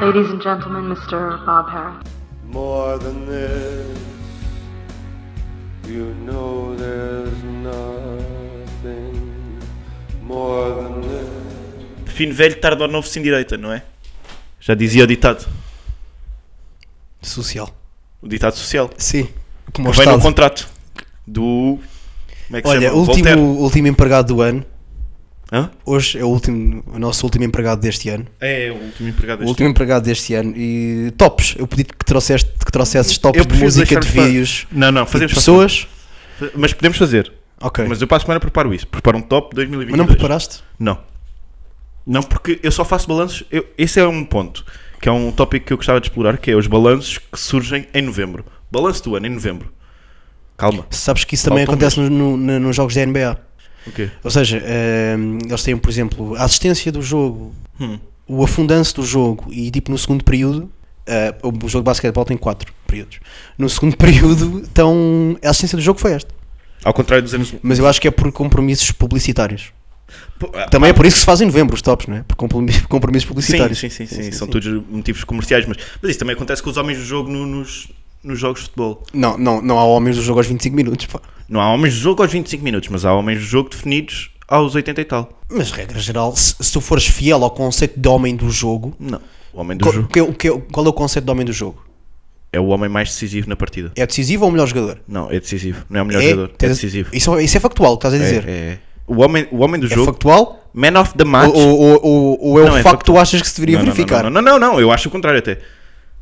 Ladies and gentlemen, Mr. Bob Harris. More than this, you know there's nothing more than this. Fino velho, tarde ou novo, sem direita, não é? Já dizia o ditado. Social. O ditado social. Sim. Que Como ao vem Estado. no contrato do. Como é que se Olha, chama? último, Voltaire. último empregado do ano. Hã? Hoje é o, último, o nosso último empregado deste ano. É, o último empregado. O deste- último empregado deste ano. E tops. Eu pedi que trouxeste, que trouxesses tops Eu de prefiro música, de deixar-te fa- vídeos, Não, não, e de fazemos pessoas. só- Mas podemos fazer. Ok. Mas, Mas eu para a semana preparo isso. Preparo um top 2022. não preparaste? Não. Não, porque eu só faço balanços. eu- esse é um ponto, que é um tópico que eu gostava de explorar, que é os balanços que surgem em novembro. Balanço do ano em novembro. Calma. Sabes que isso também Faltam acontece no- no- nos jogos da NBA. O quê? Ou seja, ehm, eles têm, por exemplo, a assistência do jogo, Hum. o afundance do jogo e tipo no segundo período, eh, o jogo de basquetebol tem 4 períodos. No segundo período, então a assistência do jogo foi esta. Ao contrário dos anos. Mas eu acho que é por compromissos publicitários. Pô, ah, Também é por isso que se faz em novembro os tops, não é? Por compromissos, compromissos Sim, publicitários. sim, sim, sim, sim, são sim. todos motivos comerciais, mas, mas isso também acontece com os homens do jogo no- nos, nos jogos de futebol. Não, não, não há homens do jogo aos 25 minutos, pá. Não há homens do jogo aos 25 minutos, mas há homens do jogo definidos aos 80 e tal. Mas regra geral, se, se tu fores fiel ao conceito de homem do jogo, Não. O homem do qual, jogo que é o que é o- qual é o conceito de homem do jogo? é o homem mais decisivo na partida. É decisivo ou o melhor jogador? Não, é decisivo. Não é o melhor É? jogador. É Tens- decisivo. Isso, isso é factual, o que estás a dizer. É, é, é. O, homem, o homem do É jogo. factual Man of the match. ou, ou- ou- ou é Não, o é facto que tu factual. achas que se deveria não, não, verificar? Não, não, não, não, não, eu acho o contrário até.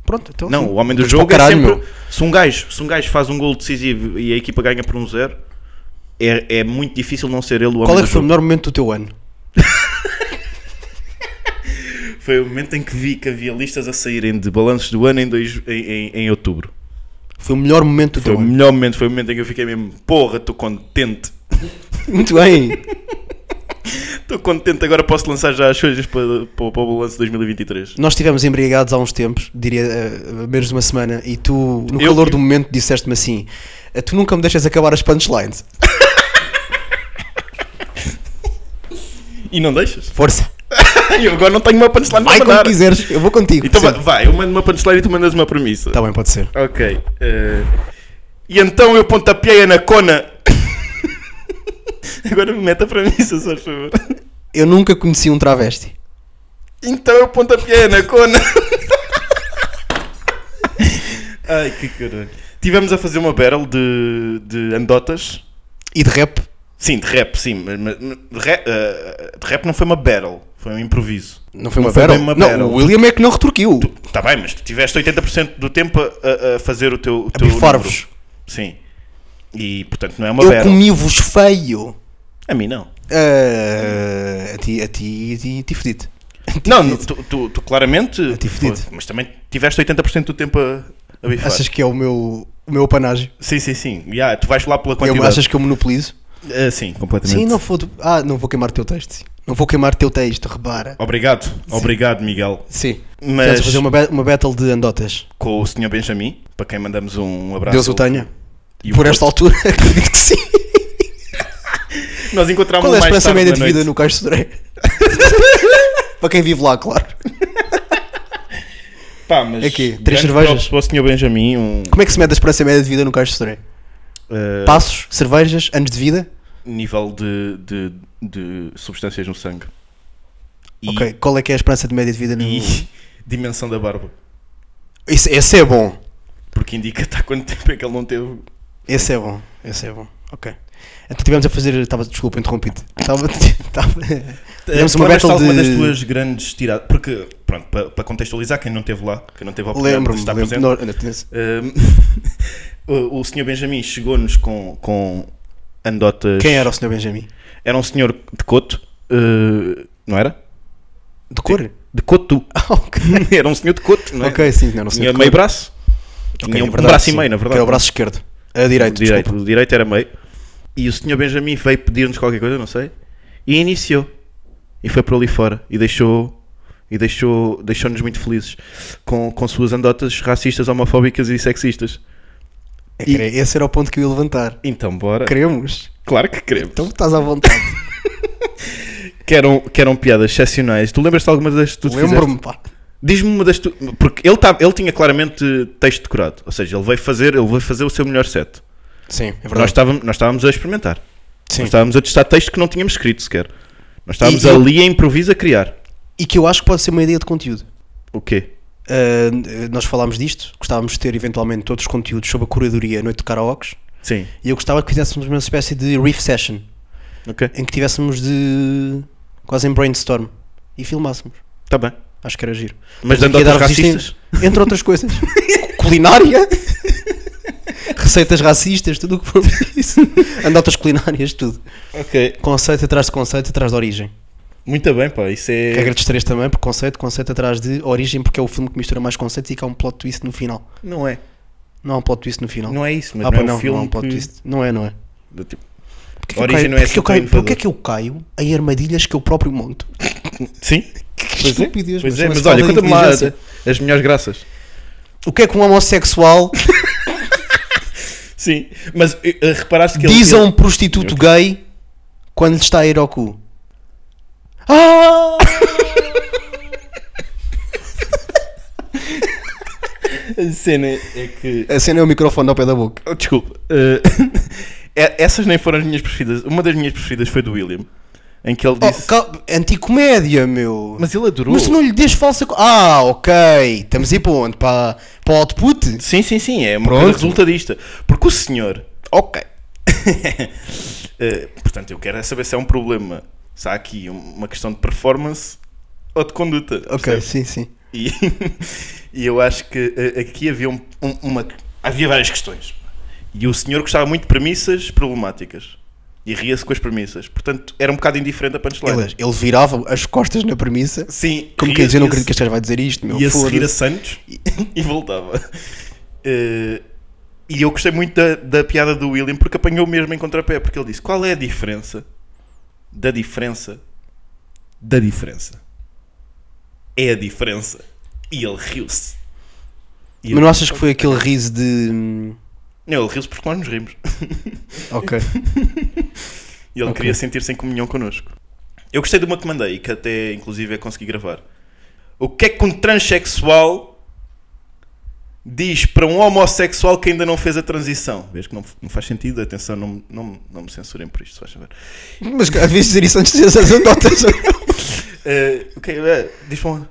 Pronto, então. Não, assim, o homem do vamos para jogo o é caralho, sempre. meu. Se um, gajo, se um gajo faz um gol decisivo e a equipa ganha por um zero, é, é muito difícil não ser ele o homem Qual é do que foi o jogo. melhor momento do teu ano? Foi o momento em que vi que havia listas a saírem de balanços do ano em, dois, em, em, em outubro. Foi o melhor momento do Foi teu o ano. melhor momento, foi o momento em que eu fiquei mesmo, porra, estou contente. Muito bem. Estou contente, agora posso lançar já as coisas para, para, para o balanço de 2023. Nós estivemos embriagados há uns tempos, diria eh, menos de uma semana, e tu, no Eu- calor do momento, disseste-me assim: "Eh, Tu nunca me deixas acabar as punchlines. E não deixas? Força, eu agora não tenho uma punchline vai para quando mandar. quiseres, eu vou contigo. Então vai, Sim. vai, eu mando uma punchline e tu mandas uma premissa. Tá bem, pode ser. Ok. eh, E então eu pontapeei a na cona. Agora me meta para mim, se faz favor. Eu nunca conheci um travesti. Então eu pontapeei a na cona. Ai, que caralho. Tivemos a fazer uma battle de, de andotas. E de rap, Sim, de rap, sim. mas- mas- mas De rap, eh, de rap não foi uma battle, foi um improviso. não foi Não uma foi battle? bem uma Não, battle. o William é que não retorquiu. Tá bem, mas tu tiveste 80% do tempo a, a- a fazer o teu, o A teu bifar-vos. número. Sim. E, portanto, não é uma Eu battle. comi-vos feio. A mim não. Ah, a ti, a ti, a ti, a ti fedido. Não, no- tu, tu- tu claramente. ti fedido. Pô, Mas também tiveste 80% do tempo a, a bifar. Achas que é o meu, o meu apanágio? Sim, sim, sim. Ya, tu vais lá pela Eu- quantidade. achas que eu monopolizo? Ah, sim, completamente. Sim, não vou. Ah, não vou queimar o teu texto. sim. Não vou queimar o teu texto, rebara. Obrigado, obrigado, Miguel. Sim. Mas- Mas... fazer uma, ba- uma battle de andotas. Com o Sr. Benjamin, para quem mandamos um abraço. Deus o tenha. E o Por esta outro. altura, acredito que sim. Nós encontramos Qual é a mais esperança tarde média na de vida noite. no Caixo Sodré? Para quem vive lá, claro. Pá, mas É quê? grande Três cervejas? props para o Sr. Benjamin, um Como é que se mede a esperança média de vida no Caixo Sodré? ah, Passos, cervejas, anos de vida? nível de, de, de substâncias no sangue. E, Ok. Qual é que é a esperança de média de vida no. e dimensão da barba. Esse, esse é bom. Porque indica até há quanto tempo é que ele não teve. Esse é bom. Esse é bom. Ok. Então tivemos a fazer. Estava, desculpa, interrompido. Estava. estava- Tivemos uma Lembras-te battle alguma de. É, das tuas grandes tiradas? Porque, pronto, para, contextualizar, quem não esteve lá, quem não teve a oportunidade de Lembro-me. estar lembro-me. presente, Não, não, tinha- hum, o, o senhor Benjamin chegou-nos com, com andotas. Quem era o Sr. Benjamin? Era um senhor de coto, eh, não era? De cor? De coto. Ah, ok. era um senhor de coto, não é? Ok, sim, não, não sei. Tinha de meio cor. braço. Ok, tinha é um verdade, braço e sim, meio, na Que verdade. era o braço esquerdo. A direito, direito, desculpa. o direito era meio. E o senhor Benjamin veio pedir-nos qualquer coisa, não sei. E iniciou. E foi para ali fora. E deixou. E deixou, deixou-nos muito felizes com, com suas andotas racistas, homofóbicas e sexistas. É, cara, Esse era o ponto que eu ia levantar. Então, bora. Queremos. Claro que queremos. Então estás à vontade. Que eram, que eram piadas excepcionais. Tu lembras-te algumas das que tu fizeste? Lembro-me, pá. Diz-me uma das tu... Porque ele, tá, ele tinha claramente texto decorado. Ou seja, ele veio fazer, ele veio fazer o seu melhor set. Sim, é Nós verdade. estávamos, nós estávamos a experimentar. Sim. Nós estávamos a testar texto que não tínhamos escrito sequer. Nós estávamos E eu- ali a improviso a criar. E que eu acho que pode ser uma ideia de conteúdo. O quê? Uh, nós falámos disto, gostávamos de ter eventualmente todos os conteúdos sobre a curadoria Noite de Karaokes Sim. e eu gostava que fizéssemos uma espécie de riff session Ok. em que tivéssemos de quase em brainstorm e filmássemos. Está bem. Acho que era giro. Mas dando Estamos Tá aqui a outras dar resistência- racistas? Entre outras coisas. Culinária. Receitas racistas, tudo o que for isso. Anedotas culinárias, tudo. Ok. Conceito atrás de conceito atrás de origem. Muito bem, pá. Isso Que é. agradeço três também, porque conceito, conceito atrás de origem, porque é o filme que mistura mais conceitos e que há um plot twist no final. Não é. Não há um plot twist no final. Não é isso, mas ah, não é pá, um não, filme. não há um plot que- twist. Não é, não é. do tipo- Porquê que eu Origem caio- não é porquê que assim tão eu caio- inovador. Porquê que eu caio em armadilhas que eu próprio monto? Sim. Que Pois é. estupidez, Pois mas é, chama-se mas olha, falta de conta-me lá inteligência. as melhores graças. O que é que um homossexual Sim. Mas eh, eh, reparaste que ele. diz a ele- um prostituto gay quando lhe está a ir ao cu? Ah! A cena é que. A cena é o microfone ao pé da boca. Oh, Desculpa. Eh, é- essas nem foram as minhas preferidas. Uma das minhas preferidas foi do William, em que ele Oh, disse. cal- Anticomédia, meu. Mas ele adorou. Mas tu não lhe dês falsa. co- Ah, ok. Estamos a ir para onde? Para, para o output? Sim, sim, sim. É uma Pronto. coisa resultadista. Porque o senhor. Ok. eh, portanto, eu quero é saber se é um problema. Se há aqui um- uma questão de performance ou de conduta. Ok, percebes? sim, sim. E, e eu acho que eh, aqui havia um- um- uma. Havia várias questões. E o senhor gostava muito de premissas problemáticas. E ria-se com as premissas. Portanto, era um bocado indiferente a punchline. Ele, ele virava as costas na premissa. Sim, Como ria- quer dizer, não ia-se- acredito que este gajo vai dizer isto, meu. ia foda-se. seguir a Santos e, e voltava. Eh, e eu gostei muito da, da piada do William porque apanhou mesmo em contrapé, porque ele disse: qual é a diferença da diferença da diferença? É a diferença. E ele riu-se. E eu- Mas não achas que foi aquele riso de. hum, Não, ele riu-se porque nós nos rimos. Ok. E ele Ok. queria sentir-se em comunhão connosco. Eu gostei de uma que mandei, que até inclusive eu consegui gravar. O que é que um transexual diz para um homossexual que ainda não fez a transição? Vês que não, não faz sentido, atenção, não, me- não, me- não me censurem por isto, se faz favor. Mas às vezes dizer isso antes de dizer essas anedotas. Eh, o que é- eh, diz para um...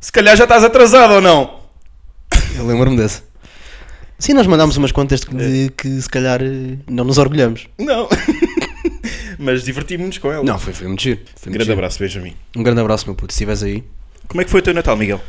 Se calhar já estás atrasado ou não? Eu lembro-me dessa. Sim, nós mandámos umas contas de, de que se calhar eh, não nos orgulhamos. Não. Mas divertimos-nos com ela. Não, foi, foi muito giro. Foi muito Grande giro. abraço, Benjamin. Um grande abraço, meu puto, se estiveres aí. Como é que foi o teu Natal, Miguel?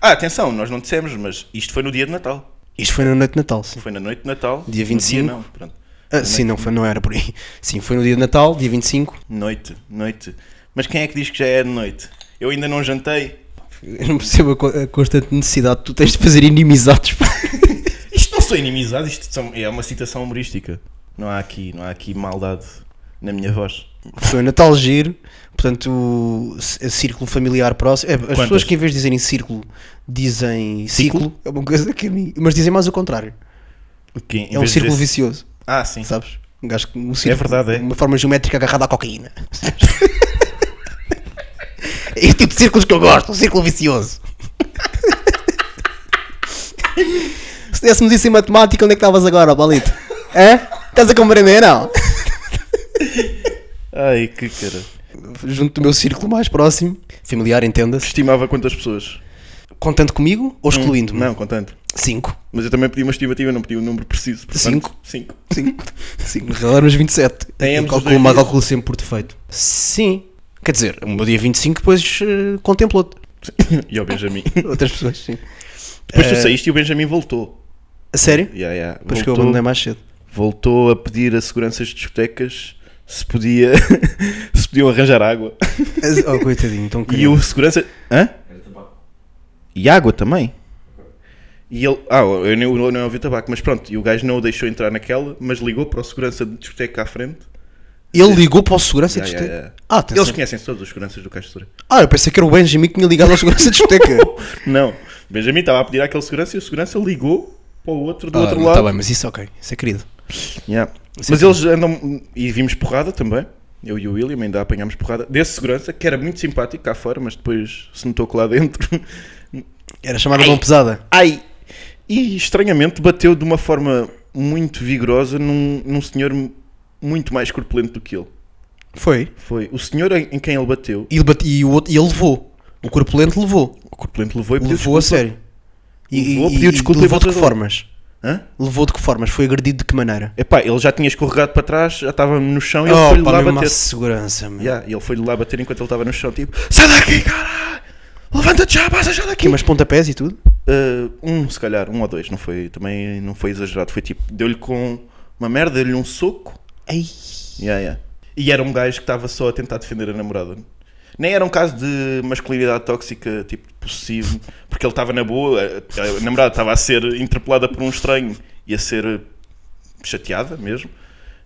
Ah, atenção, nós não dissemos, mas isto foi no dia de Natal. Isto foi na noite de Natal, sim. Foi na noite de Natal. Dia No 25. não, pronto. Ah, sim, não, foi, não era por aí. Sim, foi no dia de Natal, dia 25. Noite, noite. Mas quem é que diz que já é de noite? Eu ainda não jantei. Eu não percebo a, co- a constante necessidade que tu tens de fazer inimizados. pá. Isto não sou inimizado, isto são- é uma citação humorística. Não há aqui, não há aqui maldade na minha voz. Foi o Natal giro, portanto, o c- círculo familiar próximo. É, as Quantas? pessoas que em vez de dizerem círculo, dizem Ciclo? ciclo. É uma coisa que a mim. Mas dizem mais o contrário. O quê? Em é um vez de círculo dizer- vicioso, Ah, sim. sabes? Um gajo com um círculo. verdade, é. Uma forma geométrica agarrada à cocaína. é este tipo de círculos que eu gosto, um círculo vicioso. Se tivéssemos isso em matemática, onde é que estavas agora, Balito? Hã? Estás a compreender, não? Ai, que cara. junto do meu círculo mais próximo, familiar, entenda-se, Estimava quantas pessoas? contando comigo ou excluindo-me? Hum, Não, contando. Cinco. Mas eu também pedi uma estimativa, não pedi um número preciso. Cinco. Cinco. Cinco. Cinco. Na real eram os 27. Em Eu ambos os calculo, dois mas dias. calculo sempre por defeito. Sim. Quer dizer, o meu dia 25 depois eh, contemplo E ao Benjamin. outras pessoas, sim. Depois tu Eh, saíste e o Benjamin voltou. A sério? Yeah, yeah. Depois que eu Voltou. abandonei mais cedo. voltou a pedir a seguranças de discotecas se podia se podiam arranjar água Oh, coitadinho, tão e querido. o segurança Hã? e água também e ele ah eu não, eu não ouvi tabaco mas pronto e o gajo não o deixou entrar naquela mas ligou para o segurança de discoteca à frente Ele ligou para o segurança Ya, de ya, discoteca? ya. Ah, atenção. eles conhecem todos os seguranças do Caixa de Tesoura. Ah, eu pensei que era o Benjamin que tinha ligado ao segurança de discoteca. não Benjamin estava a pedir àquele segurança e o segurança ligou para o outro do ah, outro não, lado tá bem, mas isso ok. Isso é querido. Yeah. Mas eles andam. E vimos porrada também. Eu e o William ainda apanhámos porrada. Desse segurança, que era muito simpático cá fora, mas depois se notou que lá dentro Era chamada mão pesada. Ai! E estranhamente bateu de uma forma muito vigorosa num, num senhor m- muito mais corpulento do que ele. Foi. Foi o senhor em, em quem ele bateu. E ele, bate- e o outro- e ele levou. O corpulento levou. O corpulento levou e pediu Levou a desculpa. sério. E, Levou, e- pediu e- desculpa e levou de que voltou. formas? Hã? Levou de que formas? Foi agredido de que maneira? Epá, ele já tinha escorregado para trás, já estava no chão e ele Oh, foi-lhe pá, lá mesmo à bater. segurança, meu. Yeah, e ele foi-lhe lá bater enquanto ele estava no chão, tipo, sai daqui, cara! Levanta-te já, passa já daqui! Que umas pontapés e tudo? Uh, um, se calhar, um ou dois, não foi, também não foi exagerado. Foi tipo, deu-lhe com uma merda, deu-lhe um soco. Ai. Yeah, yeah. E era um gajo que estava só a tentar defender a namorada. Nem era um caso de masculinidade tóxica, tipo, possível, porque ele estava na boa, a, a namorada estava a ser interpelada por um estranho e a ser uh, chateada mesmo.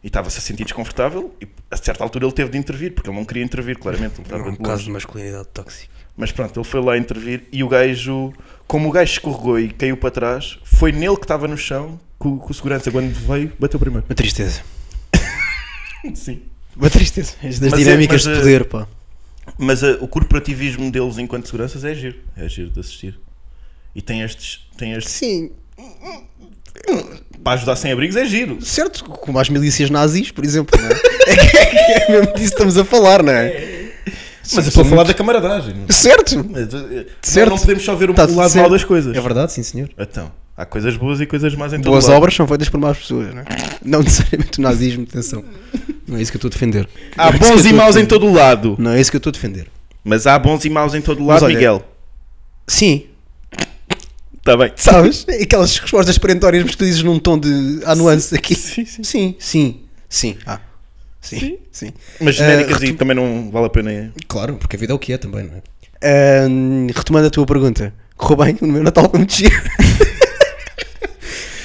E estava-se a sentir desconfortável e a certa altura ele teve de intervir, porque ele não queria intervir, claramente. Ele estava um longe. caso de masculinidade tóxica. Mas pronto, ele foi lá intervir e o gajo, como o gajo escorregou e caiu para trás, foi nele que estava no chão que o que o segurança, quando veio, bateu primeiro. Uma tristeza. Hum, Sim. Uma tristeza. As das Mas é- mas dinâmicas é- de poder, pá. Mas ah, o corporativismo deles enquanto seguranças é giro. É giro de assistir. E tem estes. Tem estes Sim, para ajudar sem abrigos é giro. certo, como as milícias nazis, por exemplo, não é? é, que, é que é mesmo disso que estamos a falar, não é? Mas estou a falar da camaradagem. Certo! Mas, eh, Certo. Não podemos só ver o, Tá o lado certo. mau das coisas. É verdade, sim, senhor. Então, há coisas boas e coisas más em todo Então Boas lado. obras são feitas por más pessoas, não é? Não necessariamente o nazismo, atenção. Não é isso que eu estou a defender. Há Não é isso bons que eu e estou a maus em defender. todo o lado. Não é isso que eu estou a defender. Mas há bons e maus em todo o lado, olha- Miguel. Sim, Está bem. sabes? Aquelas respostas perentórias, mas tu dizes num tom de. há nuances aqui. Sim, sim. Sim, sim, sim. Ah, sim, sim. Mas Ah, genéricas e também não vale a pena. Claro, porque a vida é o que é também, não é? retomando a tua pergunta, correu bem? O meu Natal foi muito giro.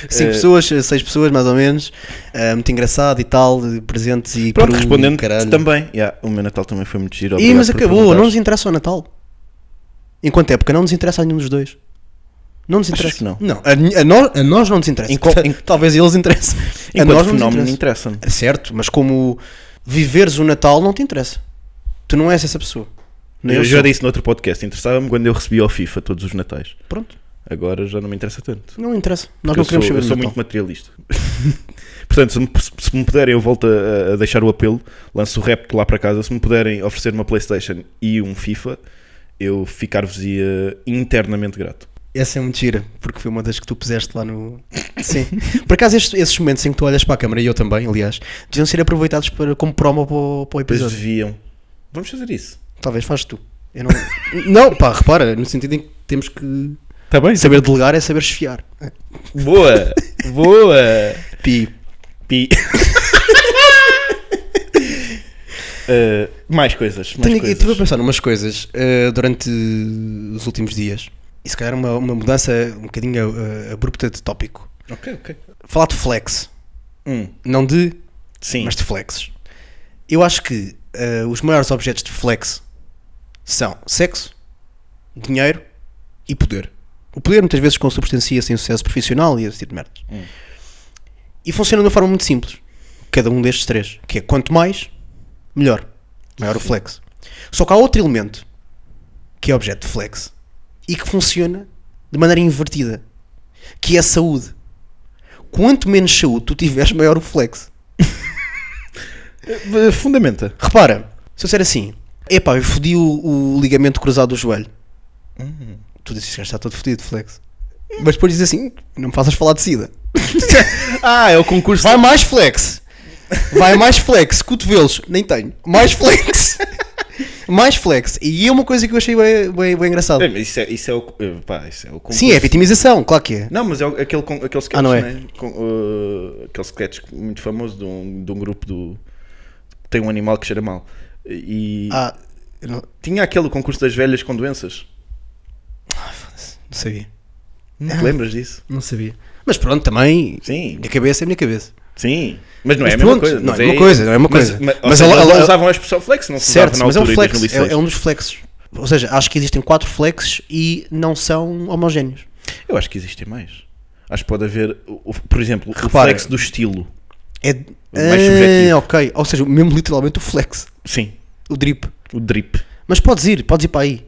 Cinco Eh, pessoas, seis pessoas mais ou menos, Ah, muito engraçado e tal, de presentes e Pronto, peru, respondendo caralho. também. Yeah, o meu Natal também foi muito giro. Ih, obrigado mas por acabou, não perguntares. nos interessa o Natal. Enquanto época, não nos interessa a nenhum dos dois. Não nos Achas interessa. que não? a, ni- a nós, a nós não nos interessa. Enquanto- Portanto, talvez eles interessem. A Enquanto nós não nos fenómeno interessa. interessa-me. Certo, mas como viveres o Natal não te interessa. Tu não és essa pessoa. é Nem Eu já sou. disse no outro podcast, interessava-me quando eu recebia ao FIFA todos os natais. Pronto, Agora já não me interessa tanto. não interessa. Nós Porque não queremos eu sou, eu saber do sou Natal. muito materialista. Portanto, se me, se me puderem, eu volto a, a deixar o apelo, lanço o rap lá para casa. Se me puderem oferecer uma Playstation e um FIFA, eu ficar-vos internamente grato. Essa é muito gira, porque foi uma das que tu puseste lá no. Sim. Por acaso, estes, esses momentos em que tu olhas para a câmara, e eu também, aliás, deviam ser aproveitados para, como promo para o, para o Depois episódio. deviam. Vamos fazer isso. Talvez fazes tu. Eu não... não, pá, repara, no sentido em que temos que. Está bem? Saber delegar é saber chefiar. Boa! Boa! tipo, Pi. Pi. Uh, mais coisas. Mais Tenho, eu coisas. estive a pensar numas coisas eh, durante os últimos dias. E se calhar uma, uma mudança um bocadinho eh, abrupta de tópico. Ok, ok. Falar de flex. Hum, Não de, sim. mas de flexes. Eu acho que eh, os maiores objetos de flex são sexo, dinheiro e poder. O poder muitas vezes consubstancia-se em sucesso profissional e esse tipo de merdas. Hum. E funciona de uma forma muito simples. Cada um destes três. Que é quanto mais, melhor. Maior o flex. Só que há outro elemento que é objeto de flex e que funciona de maneira invertida. Que é a saúde. Quanto menos saúde tu tiveres, maior o flex. uh, Eh, Fundamenta. Repara, se eu disser assim, epá, eu fodi o, o ligamento cruzado do joelho. Tu dizes que está todo fodido, flex. Mas depois dizes assim, não me faças falar de sida. Ah, é o concurso. Vai mais flex. Vai mais flex. Cotovelos, nem tenho. Mais flex. Mais flex. E é uma coisa que eu achei bem, bem, bem engraçada. É, mas isso, é, isso, é o, eh, pá, isso é o concurso. Sim, é vitimização, claro que é. Não, mas é o- aquele, con- aquele sketch, Ah, não é? né? Com, eh, aquele sketch muito famoso de um, de um grupo do. que tem um animal que cheira mal. E Ah, eu não, tinha aquele concurso das velhas com doenças. não sabia. Não Ah. te lembras disso? Não sabia. Mas pronto, também. Sim, Minha cabeça é minha cabeça. sim. Mas não é Mas a mesma pronto, coisa. não mas é a mesma coisa, não é a mesma coisa. Mas, mas, ou Mas seja, ela- eles ela- usavam a expressão flex, não se Certo, usava na mas é um altura, em flex. 2006. É, é um dos flexes. Ou seja, acho que existem quatro flexes e não são homogéneos. Eu acho que existem mais. Acho que pode haver, o- o- por exemplo, Repara. o flex do estilo. É Mais Ah, subjetivo. ok. Ou seja, mesmo literalmente o flex, Sim, o drip. o drip. Mas podes ir, podes ir para aí.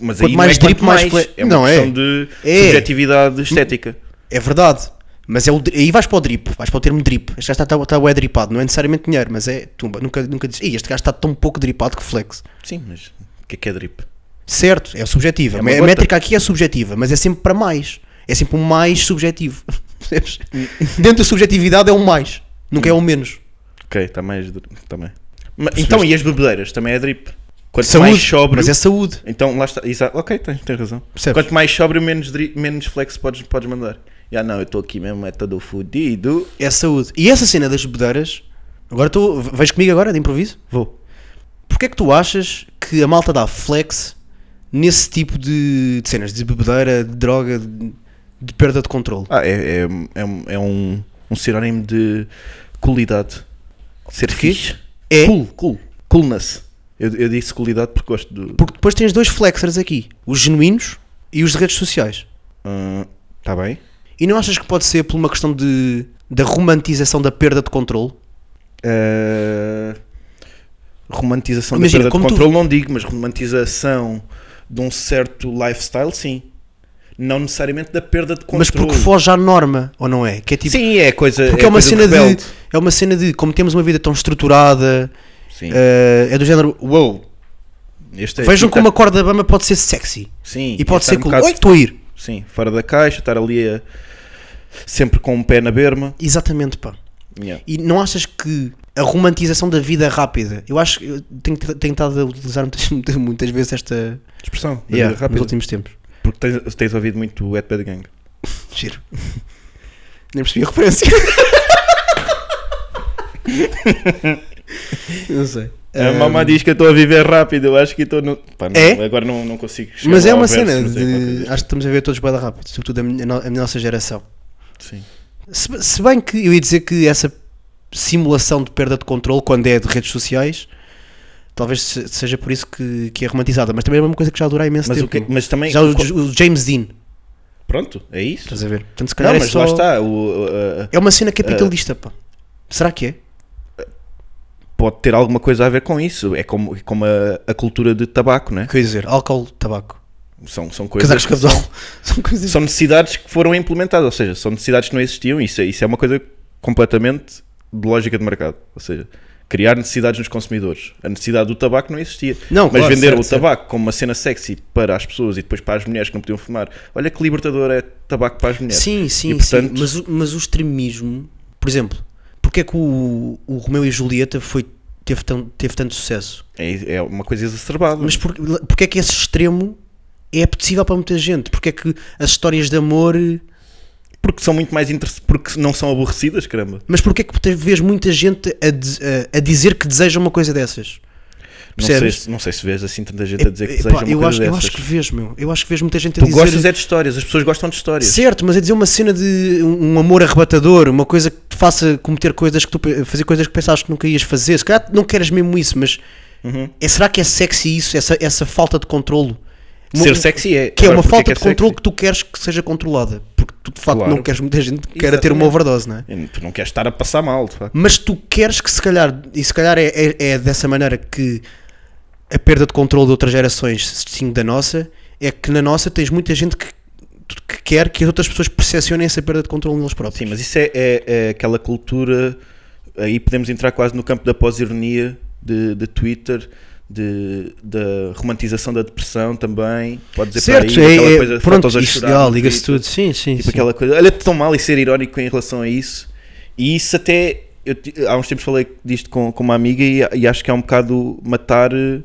Mas Quanto aí mais não é drip, quanto mais mais, fle- é uma Não, é. questão de É. subjetividade estética. É verdade. Mas é o, dri- aí vais para o drip, vais para o termo drip. Este gajo está, está, está bué dripado, não é necessariamente dinheiro, mas é tumba. Nunca, nunca dizes, "Ei, este gajo está tão pouco dripado que flex. Sim, mas o que é que é drip? Certo, é subjetiva. É uma a gota. métrica aqui é subjetiva, mas é sempre para mais. É sempre um mais subjetivo. Percebes? Dentro da subjetividade é um mais, nunca é um menos. Ok, tá está mais dri- também. Ma- então, e as bebedeiras? Também é drip. Quanto Saúde, mais sóbrio. mas é saúde. Então, lá está. Exato. Ok, tens, tens razão. Percebes? Quanto mais sóbrio, menos, dri- menos flex podes, podes mandar. Já não, eu estou aqui mesmo, é todo fudido. É saúde. E essa cena das bebedeiras, agora tu vais comigo agora de improviso? Vou. Porquê é que tu achas que a malta dá flex nesse tipo de, de cenas? De bebedeira, de droga, de, de perda de controle? Ah, é, é, é, um- é um, um sinónimo de qualidade. Ser Porquê? fixe. É, Cool, cool. Coolness. Eu, eu disse qualidade porque gosto do. porque depois tens dois flexers aqui, os genuínos e os de redes sociais. Está ah, tá bem? E não achas que pode ser por uma questão de da romantização da perda de controle? Uh, romantização Imagina, da perda como de tu- controle, não digo, mas romantização de um certo lifestyle, sim. Não necessariamente da perda de controle. Mas porque foge à norma, ou não é? Que é tipo, Sim, é coisa. porque é, uma coisa cena de, rebelde. é uma cena de como temos uma vida tão estruturada, Sim. eh, é do género, uou, Este é- vejam e como tá- a corda bamba pode ser sexy Sim, e pode estar ser um cool. bocado- Oi, estou a ir. Sim, fora da caixa, estar ali a- sempre com o pé na berma. Exatamente, pá. Yeah. E não achas que a romantização da vida é rápida? Eu acho que eu tenho t- tentado a utilizar muitas, muitas vezes esta Expressão, yeah, yeah, nos rápido. últimos tempos. Porque tens, tens ouvido muito o Wet Bad Gang. Giro. Nem percebi a referência. não sei. É, A mamá diz que eu estou a viver rápido, eu acho que estou no. Pá, não- É? Agora não, não consigo chegar Mas é ao uma verso, cena não sei, qualquer de. coisa. Acho que estamos a ver todos bem rápido, sobretudo a, minha- a no- a nossa geração. Sim. Se, se bem que eu ia dizer que essa simulação de perda de controle, quando é de redes sociais, talvez se- seja por isso que, que é romantizada, mas também é uma coisa que já dura há imenso Mas, tipo o tempo. que, mas também. Já o, qual- o James Dean, Pronto, é isso. estás a ver? Portanto, se calhar Não, é, mas só, lá está. Eh, o- a- a- é uma cena capitalista, pá. Será que é? pode ter alguma coisa a ver com isso. É como, como a, a cultura de tabaco, né? O que eu ia dizer? Álcool, tabaco, São, são casacos coisas. de cavalo. São coisas. São necessidades que foram implementadas, ou seja, são necessidades que não existiam. Isso, é- isso é uma coisa completamente de lógica de mercado. Ou seja, criar necessidades nos consumidores. A necessidade do tabaco não existia. Não, mas claro, vender certo, o certo. tabaco como uma cena sexy para as pessoas e depois para as mulheres que não podiam fumar. Olha que libertador é tabaco para as mulheres. Sim, sim, E, sim. portanto- Mas, o- mas o extremismo, por exemplo, porque é que o, o Romeu e Julieta foi, teve, tão, teve tanto sucesso? É, é uma coisa exacerbada. Mas por, porque é que esse extremo é apetecível para muita gente? Porque é que as histórias de amor. Porque são muito mais interessantes, porque não são aborrecidas, caramba. Mas porque é que te- vês muita gente a, de- a- a dizer que deseja uma coisa dessas? Não sei, Percebes? se- não sei se vês assim tanta gente a dizer que Epá, deseja uma eu, coisa acho, eu dessas. acho que vês, meu. Eu acho que vês muita gente a Tu dizer. gostas é de histórias, as pessoas gostam de histórias. Certo, mas a dizer uma cena de um um amor arrebatador, uma coisa que te faça cometer coisas que tu pe- fazer coisas que pensaste que nunca ias fazer. Se calhar não queres mesmo isso, mas Uhum. é, será que é sexy isso, essa, essa falta de controlo? Ser Uma- sexy é. que é Agora, uma porque falta é de sexy? controle que tu queres que seja controlada, porque tu de facto Claro. não queres muita gente que queira ter uma Exatamente. overdose, não é? Tu não queres estar a passar mal, de facto. Mas tu queres que se calhar, e se calhar é, é- é dessa maneira que a perda de controle de outras gerações se distingue da nossa, é que na nossa tens muita gente que, que quer que as outras pessoas percepcionem essa perda de controle neles próprios. Sim, mas isso é, é- é aquela cultura. Aí podemos entrar quase no campo da pós-ironia de, de Twitter, de, da romantização da depressão também. Pode dizer certo, para aí, aquela é, coisa é, de pronto, fotos a isso, chorar ah, no liga-se Twitter. tudo, sim, sim, Tipo sim. aquela coisa, olha-te tão mal e ser irónico em relação a isso. E isso até, eu ti- há uns tempos falei disto com, com uma amiga e, e acho que é um bocado matar, eh,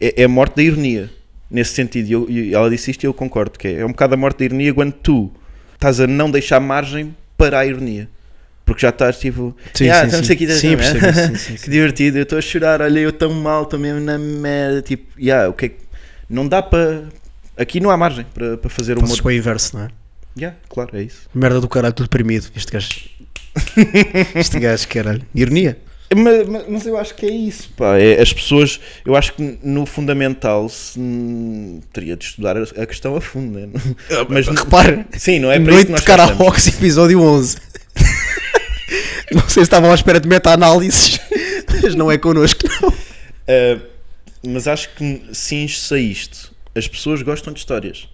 é, é a morte da ironia, nesse sentido. E eu- E ela disse isto e eu concordo, que é, é um bocado a morte da ironia quando tu estás a não deixar margem para a ironia. Porque já estás tipo, Sim, ah, sim, estamos sim. aqui, Sim, eu percebo isso, sim, sim, que divertido, eu estou a chorar, olha, eu tão mal, estou mesmo na merda, tipo, yeah, o que é que- não dá para, aqui não há margem para, para fazer Fazes humor. para o inverso, não é? Yeah, claro, é isso. Merda do caralho, tudo deprimido. Este gajo. este gajo, caralho. Ironia. Mas, mas- mas eu acho que é isso, pá. É, as pessoas, eu acho que no fundamental se, hum, teria de estudar a, a questão a fundo, né? Mas Ah, Repara, sim, não é para isso Noite que nós de estamos. Karaoke, episódio 11. não sei se estavam à espera de meta-análises, Ah, mas não é connosco, não. mas acho que sim, se a isto As pessoas gostam de histórias.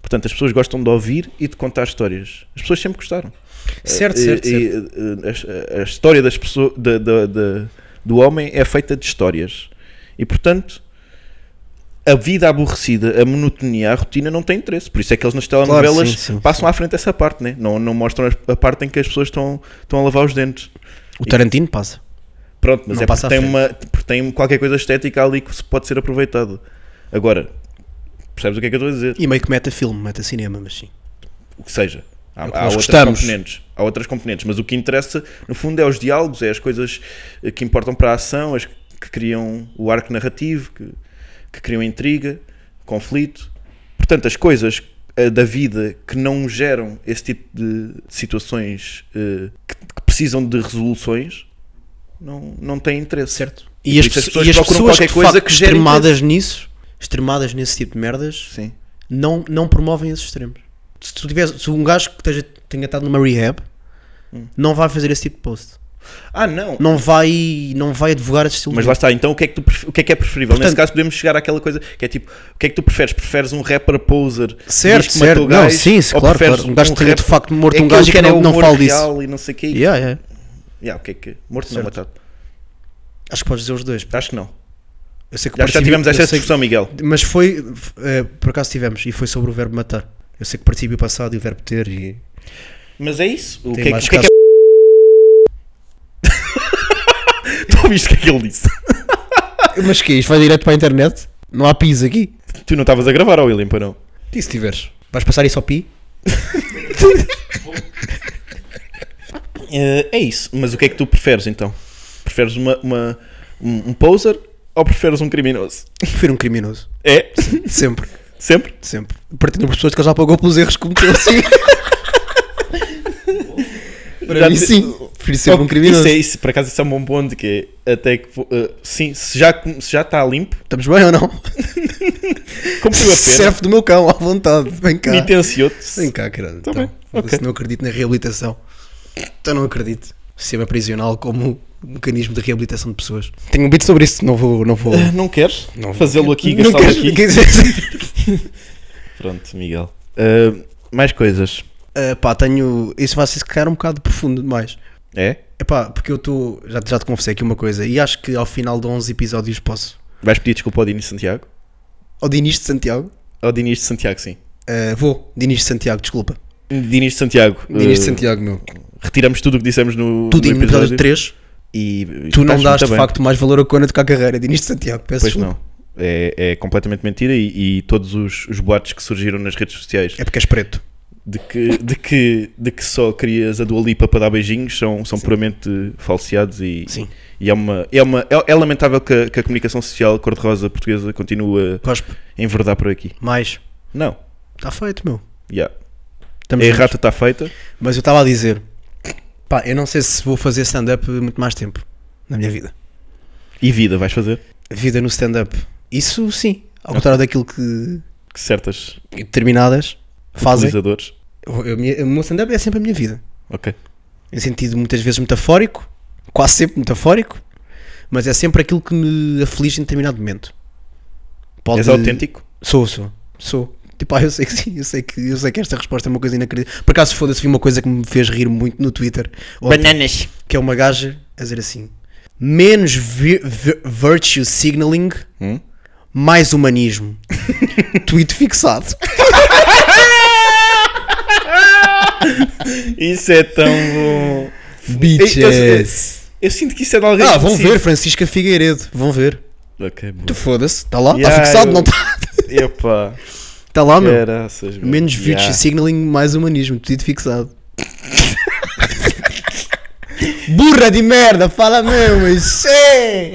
Portanto, as pessoas gostam de ouvir e de contar histórias. As pessoas sempre gostaram. Certo, Eh, certo, e- certo. e, eh, a, a história das pessoas, da- da- da- do homem é feita de histórias. E portanto, a vida aborrecida, a monotonia, a rotina não tem interesse. Por isso é que eles nas telenovelas sim, sim, passam à frente essa parte, né? não, não mostram a- a parte em que as pessoas estão, estão a lavar os dentes. O Tarantino passa. Pronto, mas Não é passa porque à tem, uma, porque tem qualquer coisa estética ali que se pode ser aproveitado. Agora, percebes o que é que eu estou a dizer? E meio que meta filme, meta cinema, mas sim. o que seja. Há, É o que há nós outras gostamos. componentes, há outras componentes, mas o que interessa, no fundo, é os diálogos, é as coisas eh, que importam para a ação, as que criam o arco narrativo, que, que criam intriga, conflito. Portanto, as coisas eh, da vida que não geram esse tipo de situações eh, que, que precisam de resoluções não, não têm interesse. Certo. E as, isso as pesso- pessoas e as procuram pessoas qualquer que, coisa coisa que gere extremadas nisso, extremadas nesse tipo de merdas, Sim. não, não promovem esses extremos. Se, tu tivesse, se um gajo que esteja, tenha estado numa rehab, Hum. não vai fazer esse tipo de post. Ah, não. Não vai, não vai advogar esse estilo Mas de lá está, então o que é que, tu pref- o que, é, que é preferível? Uhum. Portanto- Nesse caso podemos chegar àquela coisa que é tipo, o que é que tu preferes? Preferes um rapper poser? que Certo, diz que certo. matou Não, gajos, sim, sim, ou claro, preferes é claro. Um gajo que tenha de rapper- facto morto um aquele gajo e que era não- não humor fale disso. real E não sei o quê. Yeah, yeah. Yeah, o que é que... Morto não Certo. matado. Acho que podes dizer os dois. pá. Acho que não. Eu sei que Já, já participi- tivemos eu esta sei que- discussão, Miguel. Mas foi, f- eh, por acaso tivemos, e foi sobre o verbo matar. Eu sei que participio passado e o verbo ter e... Mas é isso. O Tem que é, que- mais o que é que é... Tu ouviste o que é que ele disse? Ah, Mas que é isto vai direto para a internet? Não há pis aqui? Tu não estavas a gravar, ou William, para não? E se tiveres? Vais passar isso ao pi? Eh, é isso. Mas o que é que tu preferes, então? Preferes uma, uma- um, um poser ou preferes um criminoso? Prefiro um criminoso. É? Sempre, Sempre? sempre. Partindo por pessoas que ele já pagou pelos erros que cometeu, sim. Para Já mim, te- sim. Prefiro ser Oh, um criminoso. Isso é isso, por acaso isso é um bom ponto que é até que eh, sim, se já, com- se já está limpo, Estamos bem ou não? cumpriu a pena, Serve do meu cão, à vontade. Vem cá. Vem penitenciou-te. cá, caralho. Tá Então, bem, Foda-se, ok. não acredito na reabilitação. Então não acredito. Sistema prisional como um mecanismo de reabilitação de pessoas. Tenho um beat sobre isso, não vou. Não vou. Eh, Não queres Não. fazê-lo aqui, não gastá-lo quero- aqui? quer dizer- Pronto, Miguel. Eh, mais coisas. Ah, pá, tenho. Isso vai ser se calhar um bocado profundo demais. É? É pá, porque eu estou. Já, já te confessei aqui uma coisa e acho que ao final de 11 episódios posso. Vais pedir desculpa ao Dinis de Santiago? Ao Dinis de Santiago? Ao Dinis de Santiago, sim. Ah, vou. Dinis de Santiago, desculpa. Dinis de Santiago. Dinis de eh, Santiago, meu. Retiramos tudo o que dissemos no, Tu, no no episódio 3, E, tu estás não muito dás de bem. facto mais valor a Cona do que à carreira. Dinis de Santiago, peço Pois desculpa. não. É, é completamente mentira e, e todos os, os boatos que surgiram nas redes sociais É porque és preto. de que, de que, de que só querias a Dua Lipa para dar beijinhos são, são puramente falseados e, Sim. e é, uma, é, uma, é, é lamentável que a, que a comunicação social cor-de-rosa portuguesa continue Cospe. a enverdar por aqui. Mais. Não, Está feito, meu. yeah. Estamos a juntos. errata está feita. Mas eu estava a dizer, pá, eu não sei se vou fazer stand-up muito mais tempo na minha vida. E vida, vais fazer? A vida no stand-up, isso sim, ao contrário daquilo que Que certas determinadas fazem. utilizadores. Eu- eu- minha- O meu stand-up é sempre a minha vida. Ok. Em sentido muitas vezes metafórico, quase sempre metafórico, mas é sempre aquilo que me aflige em determinado momento. Pode- És autêntico? Sou, sou, sou. Tipo, ah, eu sei que sim, eu sei que, eu sei que esta resposta é uma coisa inacreditável. Por acaso, foda-se, vi uma coisa que me fez rir muito no Twitter. ontem, Bananas. Que é uma gaja a dizer assim: menos vi- vi- virtue signaling, Hum? mais humanismo. Tweet fixado. Isso é tão bom. Bitches. Eu sinto que isso é de alguém. Ah, vão conhecido. ver, Francisca Figueiredo. Vão ver. Ok, bom. Tu foda-se, está lá, está Yeah, fixado, eu- não está. Epá, Está lá, Ah, meu. caraças, meu. Menos virtue Yeah. signaling, mais humanismo. Tweet fixado. Burra de merda, fala mesmo, isso é.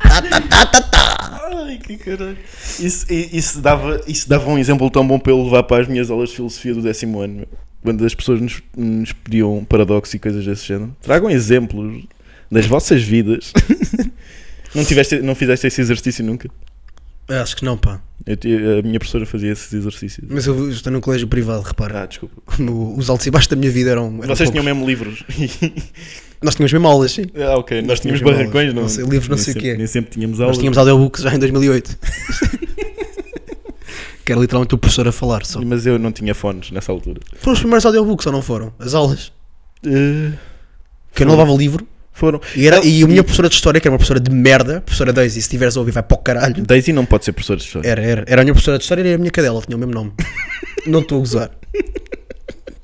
Ai, que caralho. Isso, i- isso dava, isso dava um exemplo tão bom para eu levar para as minhas aulas de filosofia do décimo ano, meu. quando as pessoas nos, nos pediam paradoxos e coisas desse género. Tragam exemplos das vossas vidas. não, tiveste, não fizeste esse exercício nunca? Acho que não, pá. Eu ti- a minha professora fazia esses exercícios. Mas eu estou num colégio privado, repara. Ah, desculpa. No- os altos e baixos da minha vida eram. eram Vocês poucos. tinham mesmo livros. Nós tínhamos mesmo aulas, sim. ah, ok. Nós, Nós tínhamos tínhamos aulas. barracões, não, Não sei, livros não nem sei o sempre- quê. Nem sempre tínhamos Nós aulas. tínhamos audiobooks já em 2008. Que era literalmente o professor a falar só. Mas eu não tinha fones nessa altura. Foram os primeiros audiobooks ou não foram? As aulas? Eh, Que eu não levava livro. foram. E, era, Não, e a minha professora de história, que era uma professora de merda, professora Daisy, se estiveres a ouvir, vai para o caralho. Daisy não pode ser professor de história. Era, era. Era a minha professora de história e era a minha cadela, tinha o mesmo nome. não estou a gozar.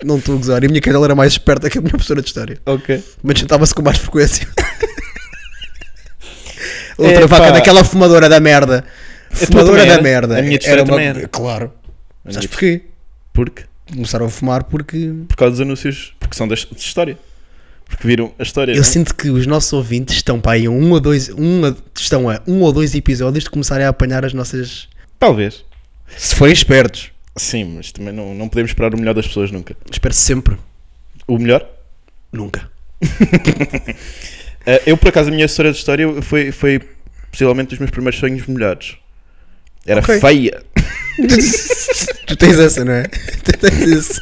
Não estou a gozar. E a minha cadela era mais esperta que a minha professora de história. Ok. Mas jantava-se com mais frequência. Outra Epá. vaca daquela fumadora da merda. Fumadora também da era. merda. A minha de história também era. Claro. A Sabes minha- porquê? Porque? Começaram a fumar porque Por causa dos anúncios. Porque são das- de história. Porque viram a história. Eu não é? sinto que os nossos ouvintes estão pá, aí a um ou dois, um a, estão a um ou dois episódios de começarem a apanhar as nossas. Talvez. Se forem espertos, Sim, mas também não, não podemos esperar o melhor das pessoas nunca. espero sempre, O melhor? nunca. Eh, eu, por acaso, a minha assessora de história foi, foi possivelmente dos meus primeiros sonhos molhados. Era Ok. feia. tu tens essa, não é? Tu tens esse,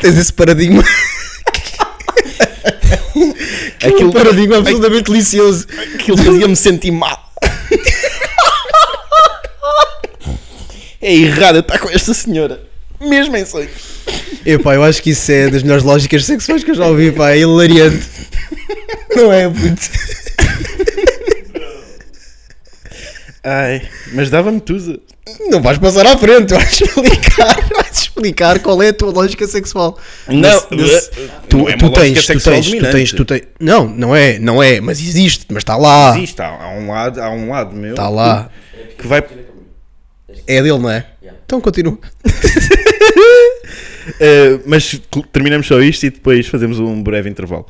tens esse paradigma, Aquilo, um paradigma absolutamente delicioso. aquilo fazia-me sentir mal. é errado eu estar com esta senhora. Mesmo em sonhos. Epá, eu acho que isso é das melhores lógicas sexuais que eu já ouvi, pá, é hilariante. Não é, puto? Ai, mas dava-me tudo. Não vais passar à frente, vais explicar, vais explicar qual é a tua lógica sexual. Não, tu, não é uma tu lógica tens, tu sexual tens, tu dominante. tens, tu tens. Não, não é, não é, mas existe, mas está lá. Existe, há, há um lado, há um lado meu. Está Tá lá. Que vai. É dele, não é? Então continua. Eh, mas cl- terminamos só isto e depois fazemos um breve intervalo.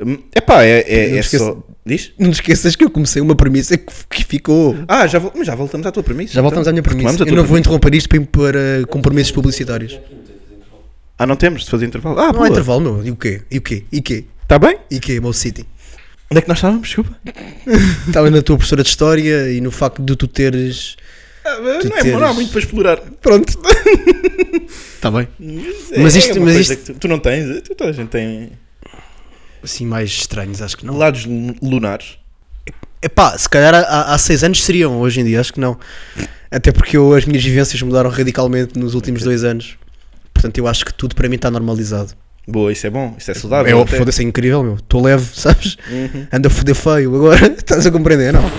Hum, Epá, é, é, Não é esqueça- só. Diz? Não te esqueças que eu comecei uma premissa que, que ficou. Ah, já, vol- mas já voltamos à tua premissa. Já voltamos então. à minha premissa. Retomamos Eu tua não vou premissa. interromper isto para ir para compromissos publicitários. Ah, não temos de fazer intervalo. Ah, Não há boa. intervalo, meu. E o quê? E o quê? E o quê? Está bem? E o quê, meu City? Onde é que nós estávamos? Desculpa. Estava na tua professora de história e no facto de tu teres. Tu não, é, teres- não há muito para explorar. Pronto. Tá Está bem. Mas É isto- uma mas coisa isto- que tu, tu não tens. Tu, toda a gente tem Assim, mais estranhos, acho que não. lados lu- lunares. Epá, se calhar há, há seis anos seriam, hoje em dia acho que não. Até porque eu, as minhas vivências mudaram radicalmente nos últimos dois anos. Portanto, eu acho que tudo para mim está normalizado. Boa, isso é bom. Isso é é saudável. eu, até. Uhum. foda-se, é incrível, meu. Estou leve, sabes? Anda a foder feio agora. Estás a compreender, não?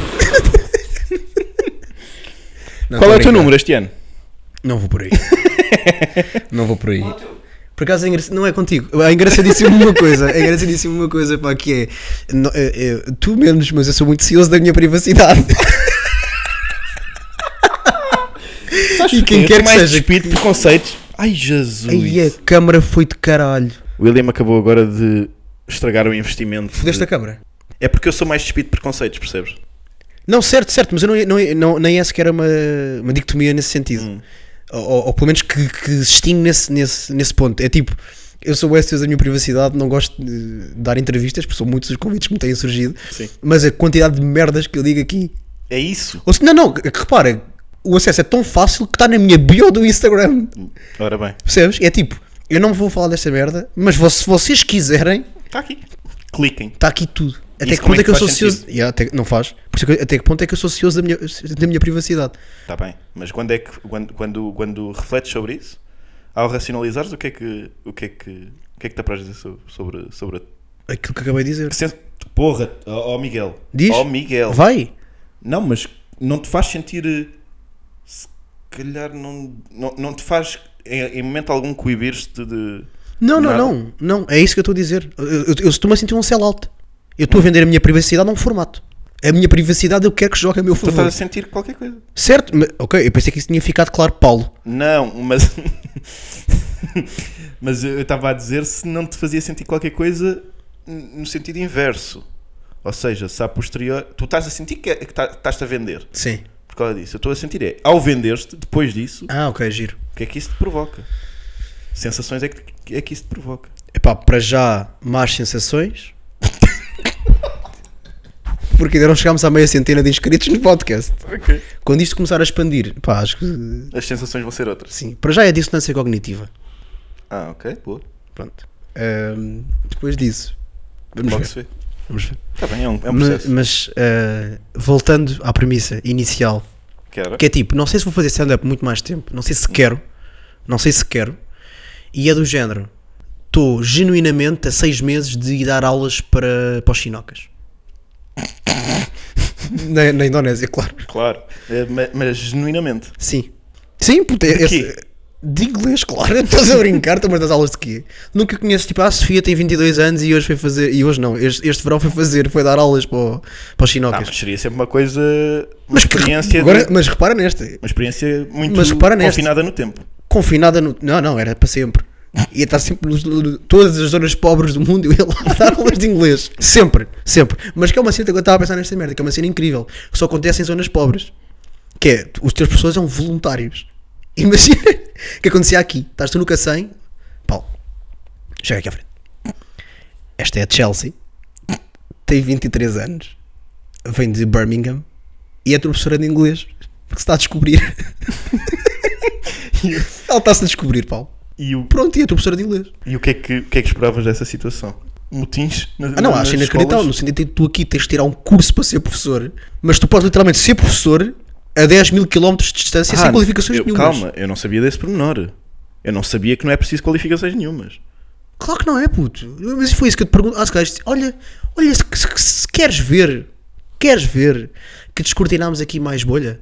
Não, Qual tô é a o teu brincar. número este ano? Não vou por aí. Não vou por aí. Por acaso é engraç- não é contigo. É engraçadíssimo uma coisa. É engraçadíssimo uma coisa, pá, que é. no- é- é, tu menos, mas eu sou muito cioso da minha privacidade. E quem Eu tô quer que é é. mais seja despido de preconceitos. Ai, Jesus. Aí a câmara foi de caralho. William acabou agora de estragar o investimento. Fodeste a câmara? É porque eu sou mais despido de preconceitos, percebes? Não, certo, certo, mas eu não, não, não- nem é sequer uma, uma dicotomia nesse sentido. Hum. Ou, ou pelo menos que, que se extingue nesse, nesse, nesse ponto. É tipo, eu sou o STS da minha privacidade, não gosto de dar entrevistas, porque são muitos os convites que me têm surgido, Sim. mas a quantidade de merdas que eu digo aqui. É isso. Ou se, não, não, que- que repara, o acesso é tão fácil que está na minha bio do Instagram. Ora bem. Percebes? É tipo, eu não vou falar desta merda, mas vo- se vocês quiserem, Está Tá aqui. Cliquem. está aqui tudo. Até Isso que ponto como é é que eu que sou faz cioso. Yeah, até- não faz. Por isso que eu- até que ponto é que eu sou cioso da minha, da minha privacidade? Está bem. Mas quando é que quando, quando, quando refletes sobre isso, ao racionalizares, o que é que o que é que o que é que te apraz dizer so- sobre sobre a Aquilo que acabei de dizer. sen- porra, ó ó Miguel. Diz. Ó Miguel. Vai! Não, mas não te faz sentir eh, se calhar não não, não te faz em, em momento algum coibir-te de Não, não, Nada. não, não. É isso que eu estou a dizer. Eu- Eu eu estou-me a sentir um sellout. Eu estou a vender a minha privacidade a um formato. A minha privacidade eu quero que jogue a meu tu favor. estás a sentir qualquer coisa. Certo? Mas- ok, eu pensei que isso tinha ficado claro, Paulo. Não, mas. mas eu estava a dizer se não te fazia sentir qualquer coisa n- no sentido inverso. Ou seja, se a posterior. Tu estás a sentir que, é- que tá- estás-te a vender. Sim. Por causa disso. Eu estou a sentir é. Ao vender-te, depois disso, Ah, ok, giro. o que é que isso te provoca? Sensações é que, que é que isso te provoca. Epá, para já, más sensações. Porque ainda não chegámos à meia centena de inscritos no podcast. Ok. Quando isto começar a expandir, pá, acho que. As sensações vão ser outras. Sim, para já é a dissonância cognitiva. Ah, ok, boa. Pronto. Ahm, depois disso. Vamos Logo ver. se vê. Vamos ver. Está bem, é um, é um Ma- eh, processo. Mas, ah, voltando à premissa inicial Que era? Que é tipo, não sei se vou fazer stand-up muito mais tempo, não sei se quero, não sei se quero, e é do género, estou genuinamente a seis meses de ir dar aulas para, para os chinocas. na, na Indonésia, claro. Claro. Eh, É, ma- mas genuinamente. Sim. Sim, puta, é- quê? esse- de inglês, claro. Estás a brincar, também das aulas de quê? Nunca conheces, tipo, ah, a Sofia tem 22 anos e hoje foi fazer, e hoje não, este, este verão foi fazer, foi dar aulas para, o- para os Tá, Ah, chinocas. mas seria sempre uma coisa. Uma que- experiência. agora, de- mas repara nesta, Uma experiência muito Mas repara neste. confinada no tempo. confinada no. Não, não, era para sempre. Ia estar sempre nos, todas as zonas pobres do mundo e eu ia lá dar aulas de inglês. Sempre, sempre. Mas que é uma cena que eu estava a pensar nesta merda, que é uma cena incrível, que só acontece em zonas pobres. Que é, os teus professores são voluntários. Imagina que acontecia aqui. Estás tu no Cacém, Paulo, chega aqui à frente. Esta é a Chelsea, tem 23 anos, vem de Birmingham e é tua professora de inglês, porque se está a descobrir. Ela está-se a descobrir, Paulo. E o, Pronto, e a tua professora de inglês. e o, que, é que, o que é que esperavas dessa situação? Motins? na- Ah, não, na- acho nas inacreditável. No escolas? sentido de tu aqui tens de tirar um curso para ser professor, mas tu podes literalmente ser professor a 10 mil quilómetros de distância sem Ah, qualificações eu- nenhumas. Calma, eu não sabia desse pormenor. Eu não sabia que não é preciso qualificações nenhumas. Claro que não é, puto. Mas foi isso que eu te pergunto. Ah, se calhar, isto- olha, olha, se, se- se queres ver, queres ver que descortinámos aqui mais bolha.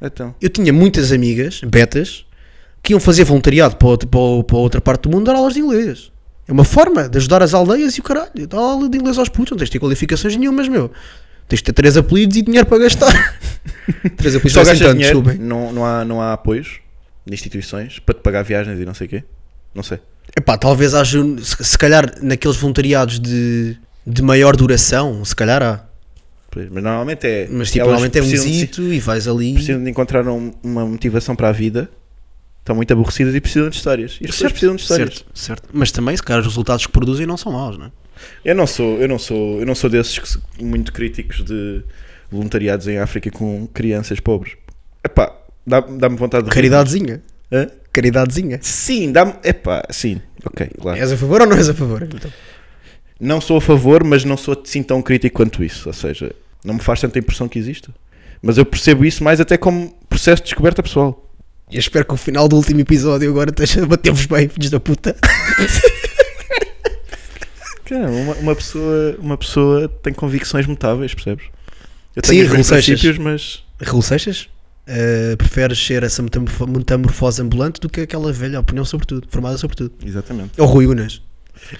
Então. Eu tinha muitas amigas, betas, que iam fazer voluntariado para, outra- para o- para outra parte do mundo dar aulas de inglês. É uma forma de ajudar as aldeias e o caralho. Dá aula de inglês aos putos, não tens de ter qualificações nenhumas, meu. Tens de ter três apelidos e dinheiro para gastar. três apelidos Só não é gastas assim tanto, dinheiro, desculpem. não, não, há, não há apoios de instituições para te pagar viagens e não sei o quê. Não sei. Epá, talvez haja, um- se, se calhar, naqueles voluntariados de, de maior duração, se calhar há. Pois, Mas normalmente é. Mas tipo, elas normalmente é um precisam de- zito e vais ali. precisam de encontrar um- uma motivação para a vida, estão muito aborrecidas e precisam de histórias. E as pessoas precisam de histórias. certo, certo. Mas também, se calhar, os resultados que produzem não são maus, não é? Eu não sou, eu não sou, eu não sou desses que se- muito críticos de voluntariados em África com crianças pobres. Epá, dá- dá-me vontade de rir. Caridadezinha. Hã? Caridadezinha. Sim, dá-me, epá, sim. OK, claro. És a favor ou não és a favor? Então. Não sou a favor, mas não sou assim tão crítico quanto isso, ou seja, não me faz tanta impressão que exista. Mas eu percebo isso mais até como processo de descoberta pessoal. E eu espero que o final do último episódio agora esteja a bater-vos bem, filhos da puta. Caramba, é, uma, uma pessoa, uma pessoa tem convicções mutáveis, percebes? Eu Sim, tenho os meus Raul Seixas. princípios, mas Raul Seixas, eh, preferes ser essa metamorfo- metamorfose ambulante do que aquela velha opinião sobre tudo, formada sobre tudo. exatamente. Ou Rui Unas.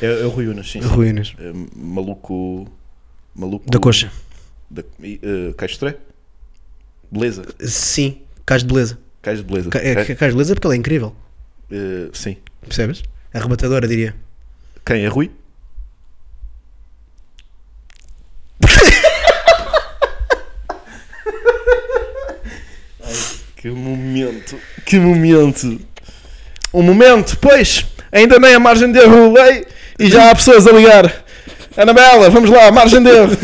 É, é o Rui Unas, sim. sim. Rui Unas. É, maluco, maluco Da coxa. da, e, eh, Caixotré? Beleza, Sim, cais de beleza. cais de beleza. Ca- é, Cais- ca- Cais de beleza porque ela é incrível, eh, sim. percebes? Arrebatadora, diria. Quem é Rui? que momento, que momento. Um momento, pois, ainda nem a margem de erro lei e já há pessoas a ligar. Anabela, vamos lá, margem de erro.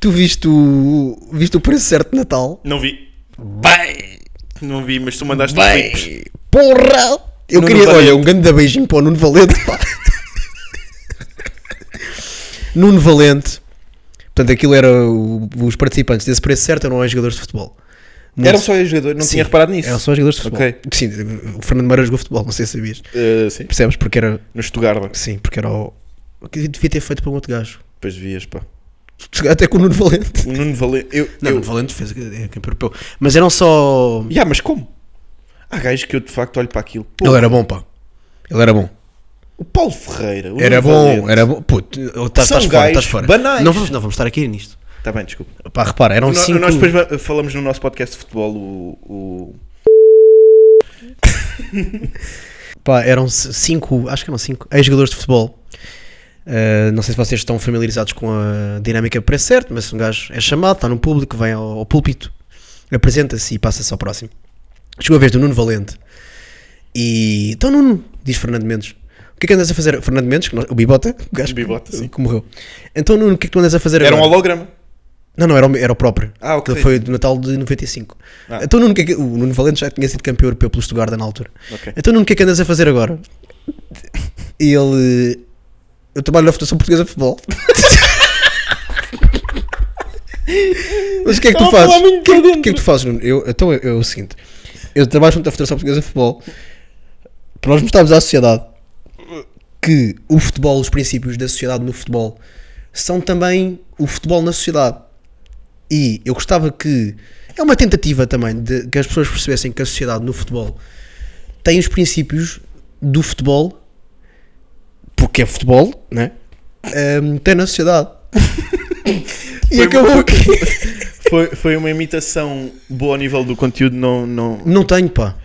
Tu viste o, viste o preço certo de Natal? Não vi. Bem! Não vi, mas tu mandaste clipes. Porra! Eu Nuno queria. Valente. Olha, um grande beijinho para o Nuno Valente. pá. Nuno Valente. Portanto, aquilo era o- os participantes desse preço certo, eram os jogadores de futebol. Muito- Eram só os jogadores, não Sim, um tinha reparado nisso. Eram só os jogadores de futebol. Ok. Sim, o Fernando Moura jogou futebol, não sei se sabias. Eh, sim, Percebes? Porque era. no Estugarda. Sim, porque era o. o que devia ter feito para um outro gajo. Depois vias, pá. Até com o Nuno Valente. O Nuno Valente. Eu, Não, eu- Nuno Valente fez é, campeão europeu. Mas eram só. Ya, mas como? Há gajos que eu de facto olho para aquilo. Pô, Ele era bom, pá. Ele era bom. O Paulo Ferreira. O Era Nuno bom, Valente. era bom. Puto, tá- estás São estás fora, gajos estás fora. banais. Não vamos, não vamos estar aqui nisto. Tá bem, desculpa. Pá, repara, eram Nós- cinco. Nós depois va- falamos no nosso podcast de futebol o. o- Pá, eram c- cinco, acho que eram cinco, ex-jogadores de futebol. Uh, não sei se vocês estão familiarizados com a dinâmica para certo, mas um gajo é chamado, está no público, vem ao, ao púlpito, apresenta-se e passa-se ao próximo. Chegou a vez do Nuno Valente. E. Então, Nuno, diz Fernando Mendes. O que é que andas a fazer? Fernando Mendes, que nós- o Bibota, o gajo que- Bibota, sim. que morreu. Então, Nuno, o que é que tu andas a fazer Era um agora? holograma. Não, não, era o, era o próprio. Ah, ok. Que Foi do Natal de 95. Ah. Então, Nuno, o que é que- o Nuno Valente já tinha sido campeão europeu pelo Stuttgart na altura. Ok. Então, Nuno, o que é que andas a fazer agora? E ele. Eu trabalho na Federação Portuguesa de Futebol. Mas o que é que tu Estava a fazes? falar O muito que, para o dentro. que é que tu fazes, Nuno? Eu, então eu, eu, é o seguinte: eu trabalho junto à Federação Portuguesa de Futebol para nós mostrarmos à sociedade que o futebol, os princípios da sociedade no futebol são também o futebol na sociedade. E eu gostava que. É uma tentativa também de que as pessoas percebessem que a sociedade no futebol tem os princípios do futebol, porque é futebol, né? Ahm, tem na sociedade. e é acabou aqui. Foi, foi uma imitação boa ao nível do conteúdo, não. não eh, Não tenho, pá.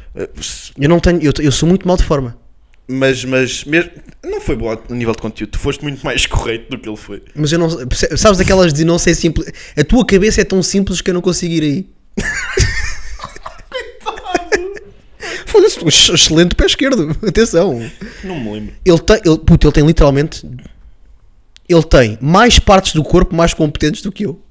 Eu não tenho, eu, te- eu sou muito mal de forma. mas, mas mesmo, não foi boa ao nível de conteúdo. Tu foste muito mais correto do que ele foi. Mas eu não perce- sabes daquelas de não ser simples. A tua cabeça é tão simples que eu não consigo ir aí. Foda-se, um ex- excelente pé esquerdo. Atenção. Não me lembro. Ele tem, ele, puto, ele tem literalmente. Ele tem mais partes do corpo mais competentes do que eu.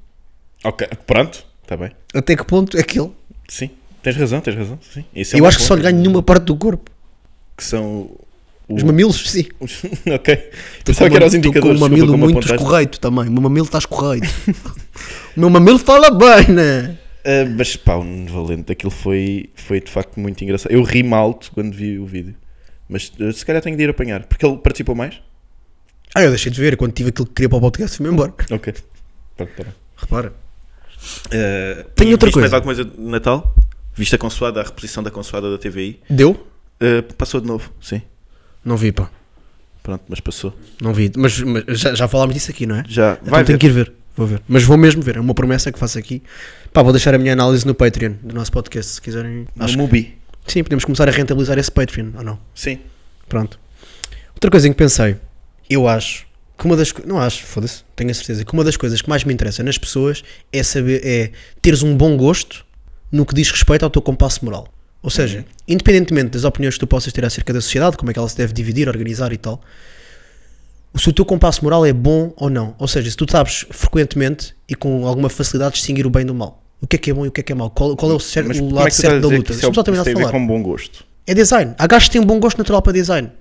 Ok, pronto, está bem. Até que ponto é que ele? Sim, tens razão, tens razão. Sim. Isso é eu um acho que ponto. só lhe ganho numa parte do corpo. Que são. Os o- mamilos, sim. ok. Pensava que Então era os Estou indicadores. com um desculpa, mamilo como muito apontaste. escorreito também. O meu mamilo está escorreito. o meu mamilo fala bem, né? Ah, mas pá, o Nuno Valente, aquilo foi, foi de facto muito engraçado. Eu ri mal quando vi o vídeo. Mas ah, se calhar tenho de ir apanhar, porque ele participou mais. Ah, eu deixei de ver. Quando tive aquilo que queria para o podcast, fui-me embora. Ok. Pronto, tá bem. Repara. Ah, Tenho e outra viste coisa. mais alguma coisa de Natal? Viste a consoada, a reposição da consoada da TVI? Deu? Ah, passou de novo, sim. Não vi, pá. Pronto, mas passou. Não vi. Mas, mas já, já falámos disso aqui, não é? Já. Então Vai tenho ver. que ir ver. Vou ver. Mas vou mesmo ver. É uma promessa que faço aqui. Pá, vou deixar a minha análise no Patreon do nosso podcast, se quiserem. No Acho Mubi. que sim, podemos começar a rentabilizar esse Patreon, ou não? Sim. Pronto. Outra coisa em que pensei, eu acho que uma das co- não acho, foda-se, tenho a certeza que uma das coisas que mais me interessa nas pessoas é saber é teres um bom gosto no que diz respeito ao teu compasso moral. Ou seja, Uhum. independentemente das opiniões que tu possas ter acerca da sociedade, como é que ela se deve dividir, organizar e tal, se o teu compasso moral é bom ou não. Ou seja, se tu sabes frequentemente e com alguma facilidade distinguir o bem do mal. O que é que é bom e o que é que é mau? Qual, qual é o, certo, Mas o como lado é que tu estás a certo da dizer luta? que isso é o- Deixa-me só terminar isso tem de a ver falar com bom gosto? é design. Há gajos que têm um bom gosto natural para design.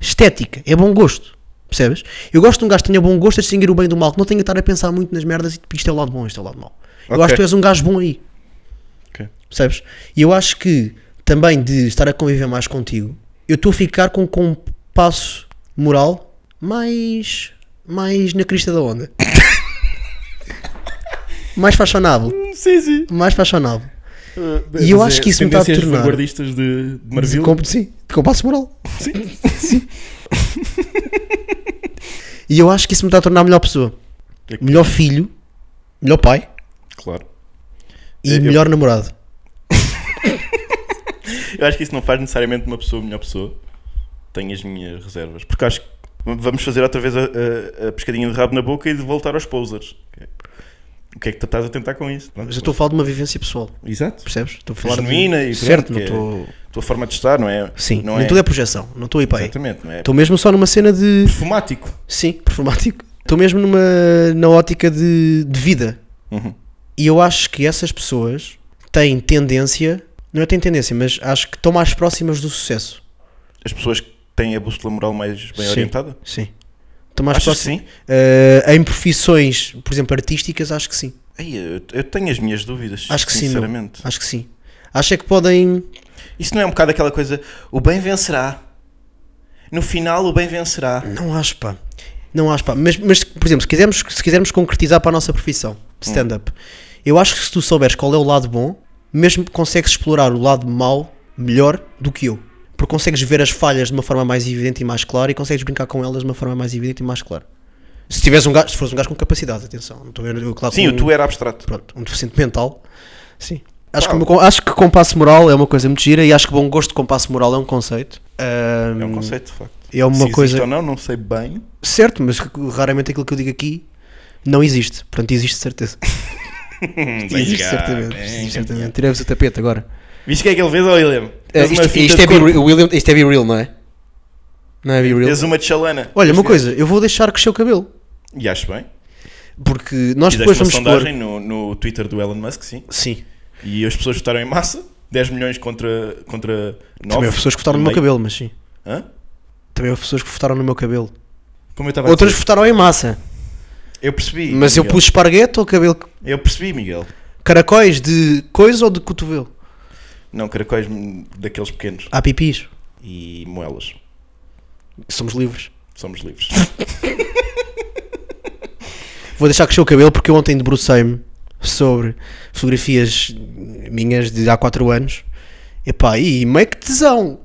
Estética, é bom gosto. Percebes? Eu gosto de um gajo que tenha bom gosto a distinguir o bem do mal, que não tenha de estar a pensar muito nas merdas e tipo, isto é o lado bom, isto é o lado mau. Eu Ok. acho que tu és um gajo bom aí. Ok. Percebes? E eu acho que também de estar a conviver mais contigo, eu estou a ficar com, com um passo moral mais. mais na crista da onda. mais fashionável. Sim, sim. Mais fashionável. Uh, E eu acho que é isso me está a Tendências tornar- vanguardistas de, de Marvila. Com, sim, com passo moral. Sim. e eu acho que isso me está a tornar a melhor pessoa. É que- Melhor filho, melhor pai Claro. e É, eu- melhor namorado. Eu acho que isso não faz necessariamente uma pessoa melhor pessoa. Tenho as minhas reservas. Porque acho que vamos fazer outra vez a, a- a pescadinha de rabo na boca e de voltar aos posers. O que é que tu estás a tentar com isso? Pronto. Mas eu estou a falar de uma vivência pessoal, Exato. percebes? Estou a falar Genuína de... e Certo, não pronto, que estou... A tua forma de estar, não é? Sim, não não tudo é projeção, não estou aí para aí. Exatamente, não é? Estou mesmo só numa cena de... Fumático. Sim, performático. Estou mesmo numa... na ótica de, de vida. Uhum. E eu acho que essas pessoas têm tendência... Não é têm tendência, mas acho que estão mais próximas do sucesso. As pessoas que têm a bússola moral mais bem Sim. orientada? Sim. Estão mais Achas que próximas... sim? Uh, em profissões, por exemplo, artísticas, acho que sim. Ei, eu, eu tenho as minhas dúvidas, Acho que sim, meu. Ah. sinceramente. Acho que sim. Acho é que podem. Isso não é um bocado aquela coisa, o bem vencerá. No final, o bem vencerá. Não acho, pá. Não acho, pá. Mas, mas por exemplo, se quisermos, se quisermos concretizar para a nossa Hum. profissão, stand-up, eu acho que se tu souberes qual é o lado bom, mesmo consegues explorar o lado mau melhor do que eu. Porque consegues ver as falhas de uma forma mais evidente e mais clara e consegues brincar com elas de uma forma mais evidente e mais clara. Se tiveres um gajo, se fores um gajo com capacidade, atenção, não estou a ver, eu, claro, Sim, com- o tu era abstrato. pronto, um deficiente mental. Sim. Ah. Acho, que, o meu com- acho que compasso moral é uma coisa muito gira e acho que bom gosto de compasso moral é um conceito. Ahm, É um conceito, de facto. é Hum. uma Se existe coisa. ou não, não sei bem. Certo, mas raramente aquilo que eu digo aqui não existe. Portanto, existe de certeza. existe certamente. é existe certamente. Tiramos o tapete agora. Viste o que é que ele fez ao William? É, Fez isto, uma fita isto de é be couro. real, William, isto é be real, não é? Não é be real? Fez uma chalana. é- Olha, uma coisa, eu vou deixar crescer o cabelo. E acho bem. Porque nós depois Fizeste uma vamos sondagem pôr. no, no Twitter do Elon Musk, sim. Sim, E as pessoas votaram em massa. 10 milhões contra, contra 9. também houve pessoas que votaram no meu cabelo, mas sim. Hã? Também houve pessoas que votaram no meu cabelo. Como eu estava a Outras dizer, votaram em massa. eu percebi. Mas eu Miguel. pus esparguete ou cabelo Eu percebi, Miguel. Caracóis de coisa ou de cotovelo? Não, caracóis hum, daqueles pequenos. Há pipis. E moelas. Somos livres. Somos livres. Vou deixar crescer o cabelo porque eu ontem debrucei-me sobre fotografias minhas de há 4 anos. Epá, e meio que tesão.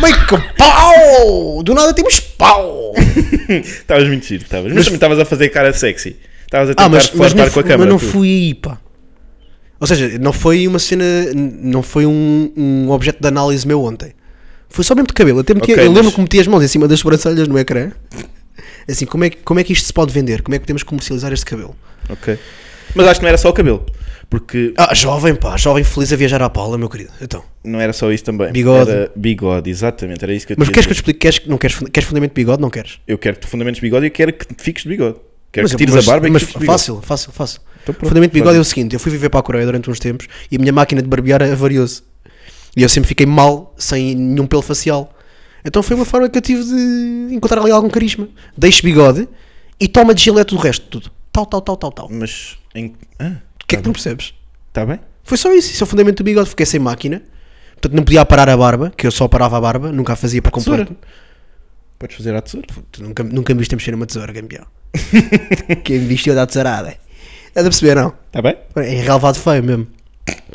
meio que pau! Do nada temos pau! Estavas muito giro, estavas. Mas, também estavas a fazer cara sexy. Estavas a tentar Ah, mas, mas, flertar com não, a fu- mas câmera. não tu. fui aí, pá. Ou seja, não foi uma cena, não foi um, um objeto de análise meu ontem. Foi só mesmo de cabelo. Até meti, Ok, eu lembro mas- que meti as mãos em cima das sobrancelhas no ecrã. Assim, como é, que- como é que isto se pode vender? Como é que podemos comercializar este cabelo? Ok. Mas acho que não era só o cabelo. Porque Ah, jovem, pá, jovem feliz a viajar à Paula, meu querido. Então. não era só isso também. Bigode. Era bigode, exatamente. Era isso que eu Mas te ia queres que eu te dizer. explique? Queres, não queres, funda- queres fundamento de bigode? Não queres? eu quero que tu fundamentes bigode e eu quero que te fiques de bigode. Quero Mas- que tires mas- a barba e Mas que fiques de bigode. fácil, fácil, fácil. Então pronto, fundamento de bigode faz é o seguinte: eu fui viver para a Coreia durante uns tempos e a minha máquina de barbear avariou-se. E eu sempre fiquei mal, sem nenhum pelo facial. Então foi uma forma que eu tive de encontrar ali algum carisma. Deixo bigode e toma de gilete o resto de tudo. Tal, tal, tal, tal, tal. Hum, O Mas. Em... Ah, que é que tu não percebes? tá bem? Foi só isso, isso é o fundamento do bigode. Fiquei sem máquina, portanto não podia parar a barba, que eu só parava a barba, nunca a fazia por Tesoura. completo. Podes fazer à tesoura. Tu nunca, nunca me viste a mexer numa tesoura, campeão. Quem me viste eu dar tesourada. Estás a perceber, não? Tá bem? É relevado feio mesmo.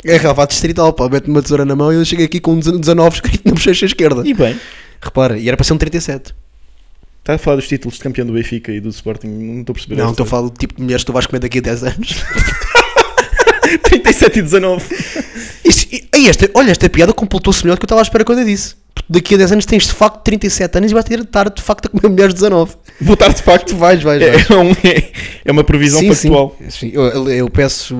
É relevado distrital, pá. Mete-me uma tesoura na mão e eu chego aqui com um 19 escrito na bochecha esquerda. E bem. repara, e era para ser um 37. Estás a falar dos títulos de campeão do Benfica e do Sporting, não estou a perceber. Não, esta. estou a falar do tipo de mulheres que tu vais comer daqui a 10 anos. 37 e 19. Isso, e, e esta, olha, esta piada completou-se melhor do que eu estava à espera quando eu disse. Porque daqui a 10 anos tens de facto 37 anos e vais ter de estar de facto a comer mulheres de 19. Voltar de facto. Vais, vais, É, é um- é- é uma previsão factual. Sim. Sim, Eu, eu peço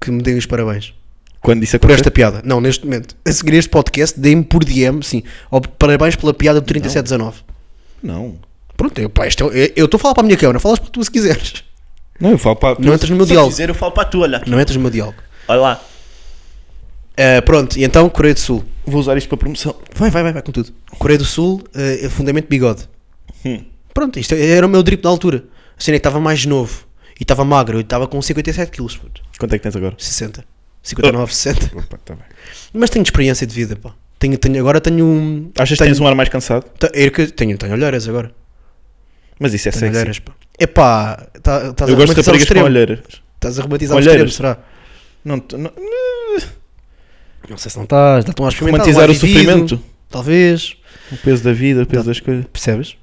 que me deem os parabéns. Quando isso por acontece. esta piada. Não, neste momento. A seguir este podcast, deem-me por DM, sim. Ó, parabéns pela piada do 3719. Não. Pronto, eu pá, isto é- eu estou a falar para a minha câmera. Falas para tu se quiseres. Não, eu falo para. Não entras no meu diálogo. Dizer, eu falo para tu, olha. Não entras no meu diálogo. Olha lá. Ah, pronto, e então, Coreia do Sul. Vou usar isto para promoção. Vai, vai, vai, vai com tudo. Coreia do Sul, ah, é fundamento bigode. Hum. Pronto, isto é, era o meu drip na altura. A cena é que estava mais novo. E estava magro. Eu estava com 57 quilos, puto. Quanto é que tens agora? 60. 59, 60. Opa, tá bem. Mas tenho experiência de vida, pá. Tenho, tenho, agora tenho um... Achas que tenho, tens um ar mais cansado? tenho, tenho, tenho olheiras agora. Mas isso é Tenho sexy. olheiras, pá. Epá, tá- estás Eu gosto de a romantizar o raparigas com extremo. olheiras. Estás a romantizar o Com extremo, olheiras. será? Não, tu- não- Não sei se não estás, estão a experimentar. um um romantizar lá o vivido, sofrimento. Talvez, O peso da vida, o peso das coisas. percebes?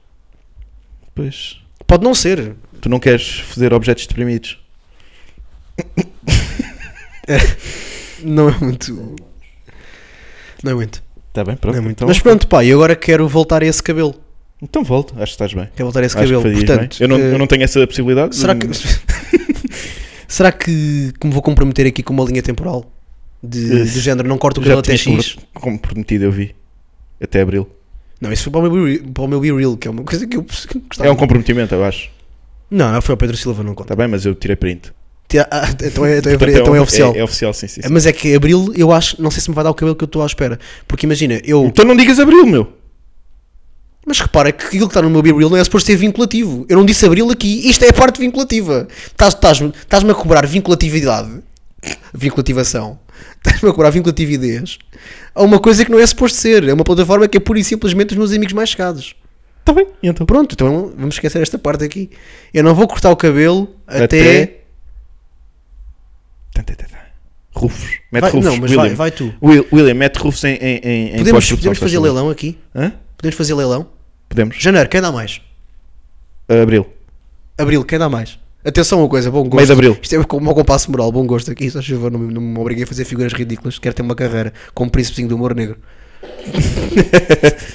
Pois. Pode não ser. Tu não queres fazer objetos deprimidos. Não é muito... Não é muito. Tá bem, pronto. não é muito. então, Mas pronto, pá, eu agora quero voltar a esse cabelo. então volta. Acho que estás bem. Quero voltar a esse Acho que cabelo. fazias Portanto, bem. Eu não, eh, eu não tenho essa possibilidade. será que... será que, que me vou comprometer aqui com uma linha temporal? De, Eh, do género, não corto o cabelo já até tinhas X. compro- comprometido, eu vi. Até abril. Não, isso foi para o, meu, be- para o meu Be Real, que é uma coisa que eu que eu gostava. É um comprometimento, eu acho. Não, não foi ao Pedro Silva, não conta. Tá bem, mas eu tirei print. Tira- ah, então é, então é- Portanto, então é um- oficial. É, é oficial, sim, sim. sim. Mas é que abril, eu acho, não sei se me vai dar o cabelo que eu estou à espera. Porque imagina, eu. Então não digas abril, meu. Mas repara que aquilo que está no meu Be Real não é suposto ser vinculativo. Eu não disse abril aqui, isto é a parte vinculativa. Estás- Estás-me estás-me a cobrar vinculatividade, vinculativação, estás-me a cobrar vinculatividez a uma coisa que não é suposto ser. É uma plataforma que é pura e simplesmente os meus amigos mais chegados. Tá bem, e então. Pronto, então vamos esquecer esta parte aqui. Eu não vou cortar o cabelo até. Até- Tá, tá, tá, tá. Rufos. Mete Vai- Rufos. não, mas vai, William. vai tu. Will- William, mete Rufos em, em, em- em Podemos, pós-produção, podemos faz fazer favor. leilão aqui? Hã? Podemos fazer leilão? Podemos. Janeiro, quem dá mais? Abril. Abril, quem dá mais? Atenção a uma coisa, bom gosto. Meio de abril. Isto é como um compasso moral, bom gosto aqui. Só favor, não, me- não me obriguei a fazer figuras ridículas. Quero ter uma carreira como príncipezinho do humor negro.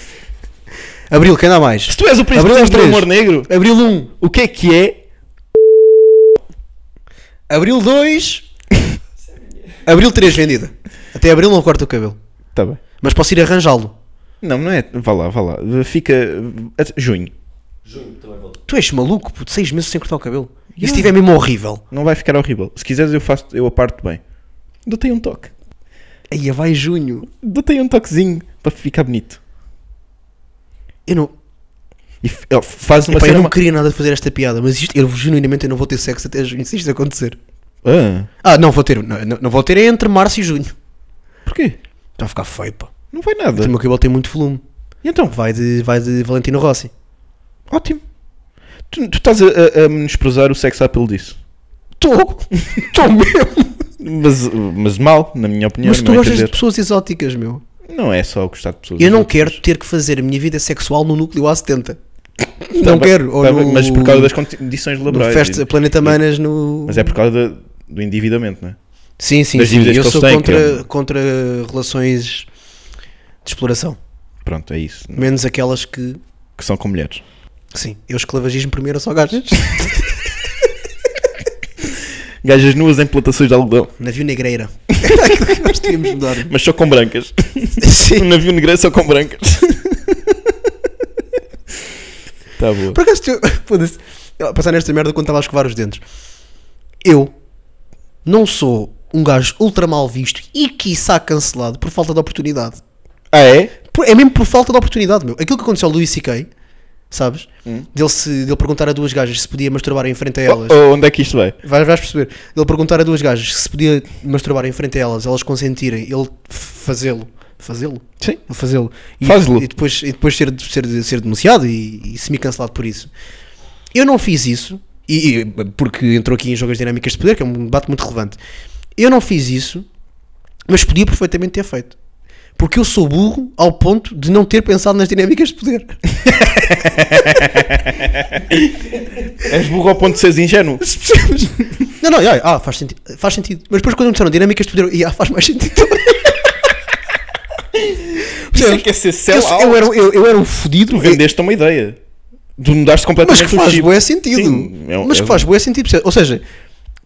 abril, quem dá mais? Se tu és o príncipe Abril aos um do três. amor negro, Abril 1, o que é que é? Abril 2, Abril 3 vendida. Até Abril não corta o cabelo. Tá bem. Mas posso ir arranjá-lo. Não, não é. Vá lá, vá lá. Fica. até Junho. Tu és maluco, puto, 6 meses sem cortar o cabelo. Isso estiver mesmo horrível. Não vai ficar horrível. Se quiseres, eu faço. Eu aparto bem. Dou-te aí um toque. Aí vai junho. Dou-te aí um toquezinho para ficar bonito. Eu não, E f- ó, faz uma Epá, eu cena. não ma- queria nada de fazer esta piada, mas isto, eu genuinamente eu não vou ter sexo até junho se isto acontecer. Ah, Ah, não vou ter. Não, não vou ter é entre março e junho. porquê? Está a ficar feio, pá. Não vai O nada. meu cabelo tem muito volume. E então? Vai de, vai de Valentino Rossi. Ótimo. Tu, tu estás a, a, a menosprezar o sex appeal disso. Estou! Estou mesmo! Mas, mas mal, na minha opinião. Mas tu não gostas de entender. pessoas exóticas, meu. Não é só gostar de pessoas. Tá Eu não adultas. quero ter que fazer a minha vida sexual no núcleo Tá A70. não bem, quero. Ou tá no, bem, Mas por causa das condições no laborais. festa, e- Planeta Manas no. Mas é por causa da- do endividamento, não é? Sim, sim, das sim. dívidas Eu que é. eles sou têm, contra, querendo. contra relações de exploração. Pronto, é isso. é? Menos aquelas que. Que são com mulheres. Sim, eu esclavagismo primeiro só gajas. Gajas nuas em plantações de algodão, Navio negreira. Era aquilo que nós tínhamos mudar. mas só com brancas. Sim. Um navio negreiro só com brancas. tá boa. Por acaso, eu- foda-se, eu a passar nesta merda quando estava a escovar os dentes. Eu não sou um gajo ultra mal visto e quiçá cancelado por falta de oportunidade. Ah, é? Por- é mesmo por falta de oportunidade, meu. Aquilo que aconteceu ao Louis C.K., sabes? Dele, se, dele perguntar a duas gajas se podia masturbar em frente a elas. Oh, onde é que isto vai? Vais, vais perceber. Ele perguntar a duas gajas se podia masturbar em frente a elas, elas consentirem, ele f- fazê-lo. Fazê-lo? Sim. Ele Fazê-lo. E, Faz-lo. e depois, e depois ser, ser, ser denunciado e, e semi-cancelado por isso. Eu não fiz isso, e, e- porque entrou aqui em Jogos Dinâmicas de Poder, que é um debate muito relevante. Eu não fiz isso, mas podia perfeitamente ter feito. Porque eu sou burro ao ponto de não ter pensado nas dinâmicas de poder. És burro ao ponto de seres ingênuo. não, não, e olha, ah, faz sentido, faz sentido. Mas depois quando me disseram dinâmicas de poder, eu, e ah, faz mais sentido. Isso é que é ser eu, sellout. eu era, um- eu, eu era um fodido. Tu vendeste uma ideia. Tu mudaste Mas completamente que o faz chip. bué sentido. tipo, Sim, é um- mas é que um- faz bué sentido. percebe? Ou seja,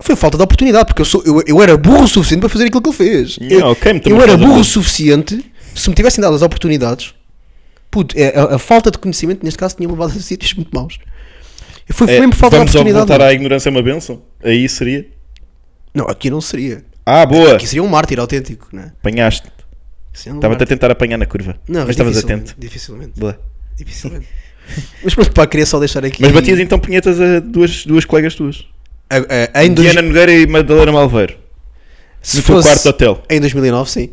foi falta de oportunidade, porque eu, sou, eu, eu era burro o suficiente para fazer aquilo que ele fez. Yeah, eu ok, muito eu bem, era faz burro alguma- o suficiente, se me tivessem dado as oportunidades, puto, é, a, a falta de conhecimento, neste caso, tinha me levado a sítios muito maus. Foi É, mesmo falta de vamos ao oportunidade. voltar à ignorância é uma benção? Aí seria. Não, aqui não seria. Ah, boa. Aqui seria um mártir autêntico, não é? Apanhaste. Seria um Estava-te a mártir. tentar apanhar na curva. Não, é mas estavas dificilmente, atento. Dificilmente. Boa. Dificilmente. mas pronto, pá, queria só deixar aqui. Mas batias então punhetas a duas, duas colegas tuas. A- a- em dois- Diana Nogueira e Madalena Malveiro. se No teu fosse- quarto de hotel. Em 2009, sim.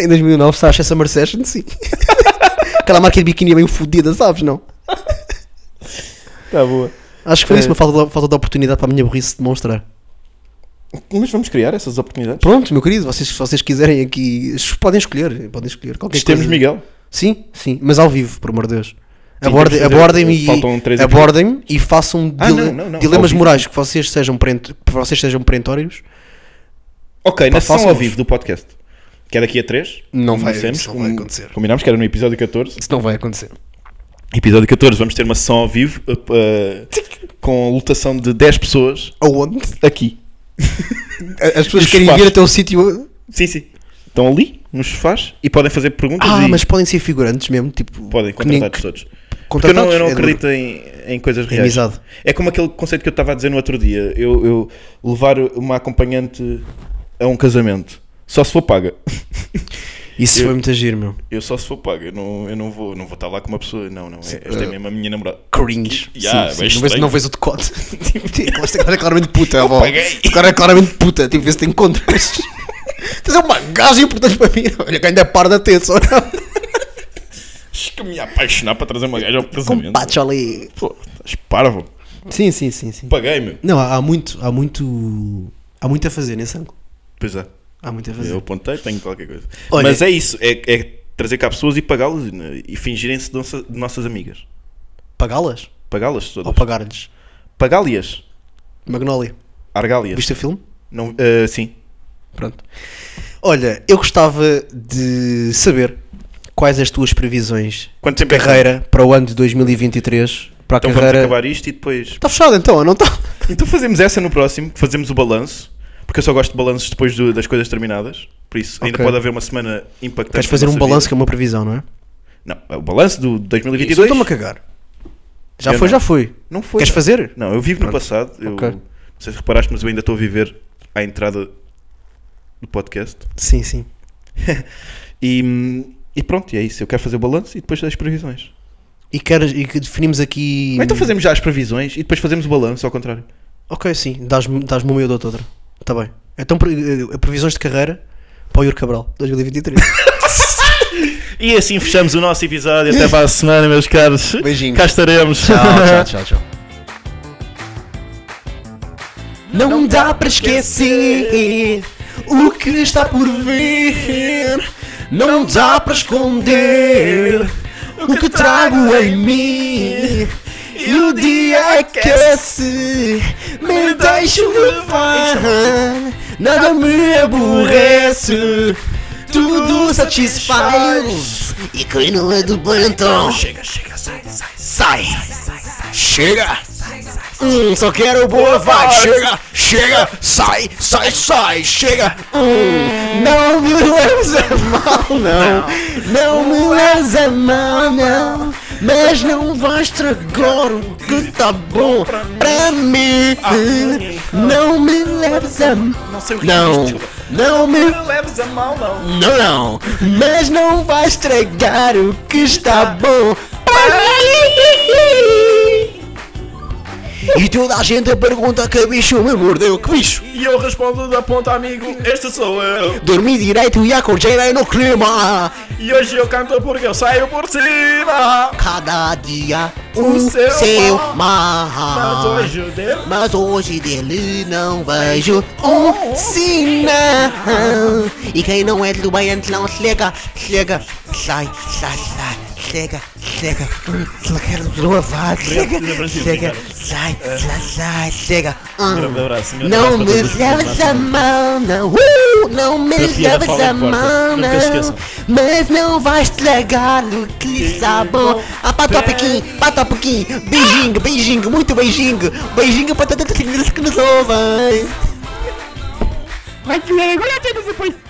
em 2009, se acha essa Summer Session, sim. Aquela marca de biquíni meio fodida, sabes, não? Tá boa. Acho que foi É. isso uma falta de, falta de oportunidade para a minha burrice demonstrar. Mas vamos criar essas oportunidades. Pronto, meu querido, vocês, se vocês quiserem aqui, es- podem escolher, podem escolher qualquer Temos coisa. Miguel. Sim, sim, mas ao vivo, por amor de Deus. Sim, temos Abordem- de fazer- Abordem-me faltam três e, abordem e façam Ah, dile- não, não, não, ao dilemas vivo. morais que vocês sejam, perent- que vocês sejam perentórios. Ok, Pá, na sessão ao façam-nos. vivo do podcast. Que é daqui a 3. Não vai- isso não vai acontecer. Combinámos que era no episódio 14. Isso não vai acontecer. Episódio 14, vamos ter uma sessão ao vivo uh, uh, com a lotação de 10 pessoas Aonde? aqui. As pessoas Os querem sofás. vir até o sítio Sim, sim. Estão ali, nos sofás, e podem fazer perguntas Ah, e mas podem ser figurantes mesmo, tipo. podem que nem- contratar-nos todos. Porque eu contratados não, eu não é duro. acredito em, em coisas Em reais. amizade. É como aquele conceito que eu estava a dizer no outro dia. Eu, eu levar uma acompanhante a um casamento. Só se for paga. Isso Eu- foi muito agir, meu. Eu só se for paga. Eu não, eu não vou, não vou estar lá com uma pessoa. Não, não. é- Esta é mesmo a minha namorada. Cringe. Yeah, sim, mas sim. Não, vês, estranho. não vês o decote. Esta cara é claramente puta, avó. paguei. Esta cara é claramente puta. Tipo, vê se te encontras. Tens é uma gaja importante para mim. Olha, que ainda é par da teta. Acho que me ia apaixonar para trazer uma gaja ao Com casamento. pacho ali. Pô, estás parvo. Sim, sim, sim. sim. Paguei, meu. Não, há, há muito. Há muito. Há muito a fazer nesse ângulo. Pois é. Há muito a fazer. Eu apontei, tenho qualquer coisa. Olha- Mas é isso. É, é trazer cá pessoas e pagá-las né? e- e fingirem-se de nossa- de nossas amigas. Pagá-las? Pagá-las Ou todas. pagar-lhes? Pagálias. Magnolia. Argálias. Viste o filme? Não, ah, sim. Pronto. Olha, eu gostava de saber quais as tuas previsões Quanto tempo de é que- carreira para o ano de 2023, para a Então vamos carreira... acabar isto e depois. Está fechado então, ou não está? Então fazemos essa no próximo, fazemos o balanço, porque eu só gosto de balanços depois do- das coisas terminadas. Por isso, ainda Ok. pode haver uma semana impactante. Queres na fazer um nossa balanço vida. que é uma previsão, não é? Não, é o balanço do Isso, 2022. Estou-me a cagar. Já Eu foi, não. já foi. Não foi. Queres fazer? Não, eu vivo no Pronto. passado. Eu, Ok. Não sei se reparaste, mas eu ainda estou a viver à entrada do podcast. Sim, sim. E, hum, e pronto, e é isso. Eu quero fazer o balanço e depois as previsões. E, queres, e que definimos aqui... é Ou Então fazemos já as previsões e depois fazemos o balanço ao contrário. Ok, sim, dás-me dás uma e eu dou-te outra. Tá Está bem. Então, pre- eh, previsões de carreira para o Yuri Cabral, 2023. E assim fechamos o nosso episódio. Até para a semana, meus caros. Beijinhos. Cá estaremos. tchau, tchau, tchau. Não dá para esquecer o que está por vir. Não dá para esconder o que trago em mim. E o dia aquece, me deixo levar. Nada me aborrece, tudo satisfaz. E quem não é do bem então? Chega, chega, sai, sai, sai. Chega. Hum, só quero boa vibe. Chega, chega, sai, sai, sai, chega. Hum, não me leves a mal, não. Não é. me leves a mal, não. Mas não vais estragar o que tá bom pra mim. Não me leves a mal. Não sei o que não. Não me leves a mal, não. Não, não. Mas não vais estragar o que está bom para mim. E toda a gente pergunta que bicho me mordeu, que bicho? E eu respondo da ponta, amigo, este sou eu. Dormi direito e acordei bem no clima. E hoje eu canto porque eu saio por cima. Cada dia o seu seu, mal, Ah. Mas mar. hoje eu devo. Mas hoje dele não vejo um sinal. E quem não é do bem então chega, chega, sai, sai, sai, chega, chega. Hum, Não quero provar, chega, chega, sai, sai, sai, chega. Hum. Grande abraço, grande Não abraço me para todos os ouvintes. leves a mão, não. Uh, não me Prefiro a leves Paula a Porta, mão, nunca esqueçam. não. Mas não vais estragar o que está bom. Ah, pata um pouquinho, pata um pouquinho. Beijinho, beijinho, muito beijinho. Beijinho pra todas as crianças que nos ouvem. Vai te agora todos depois.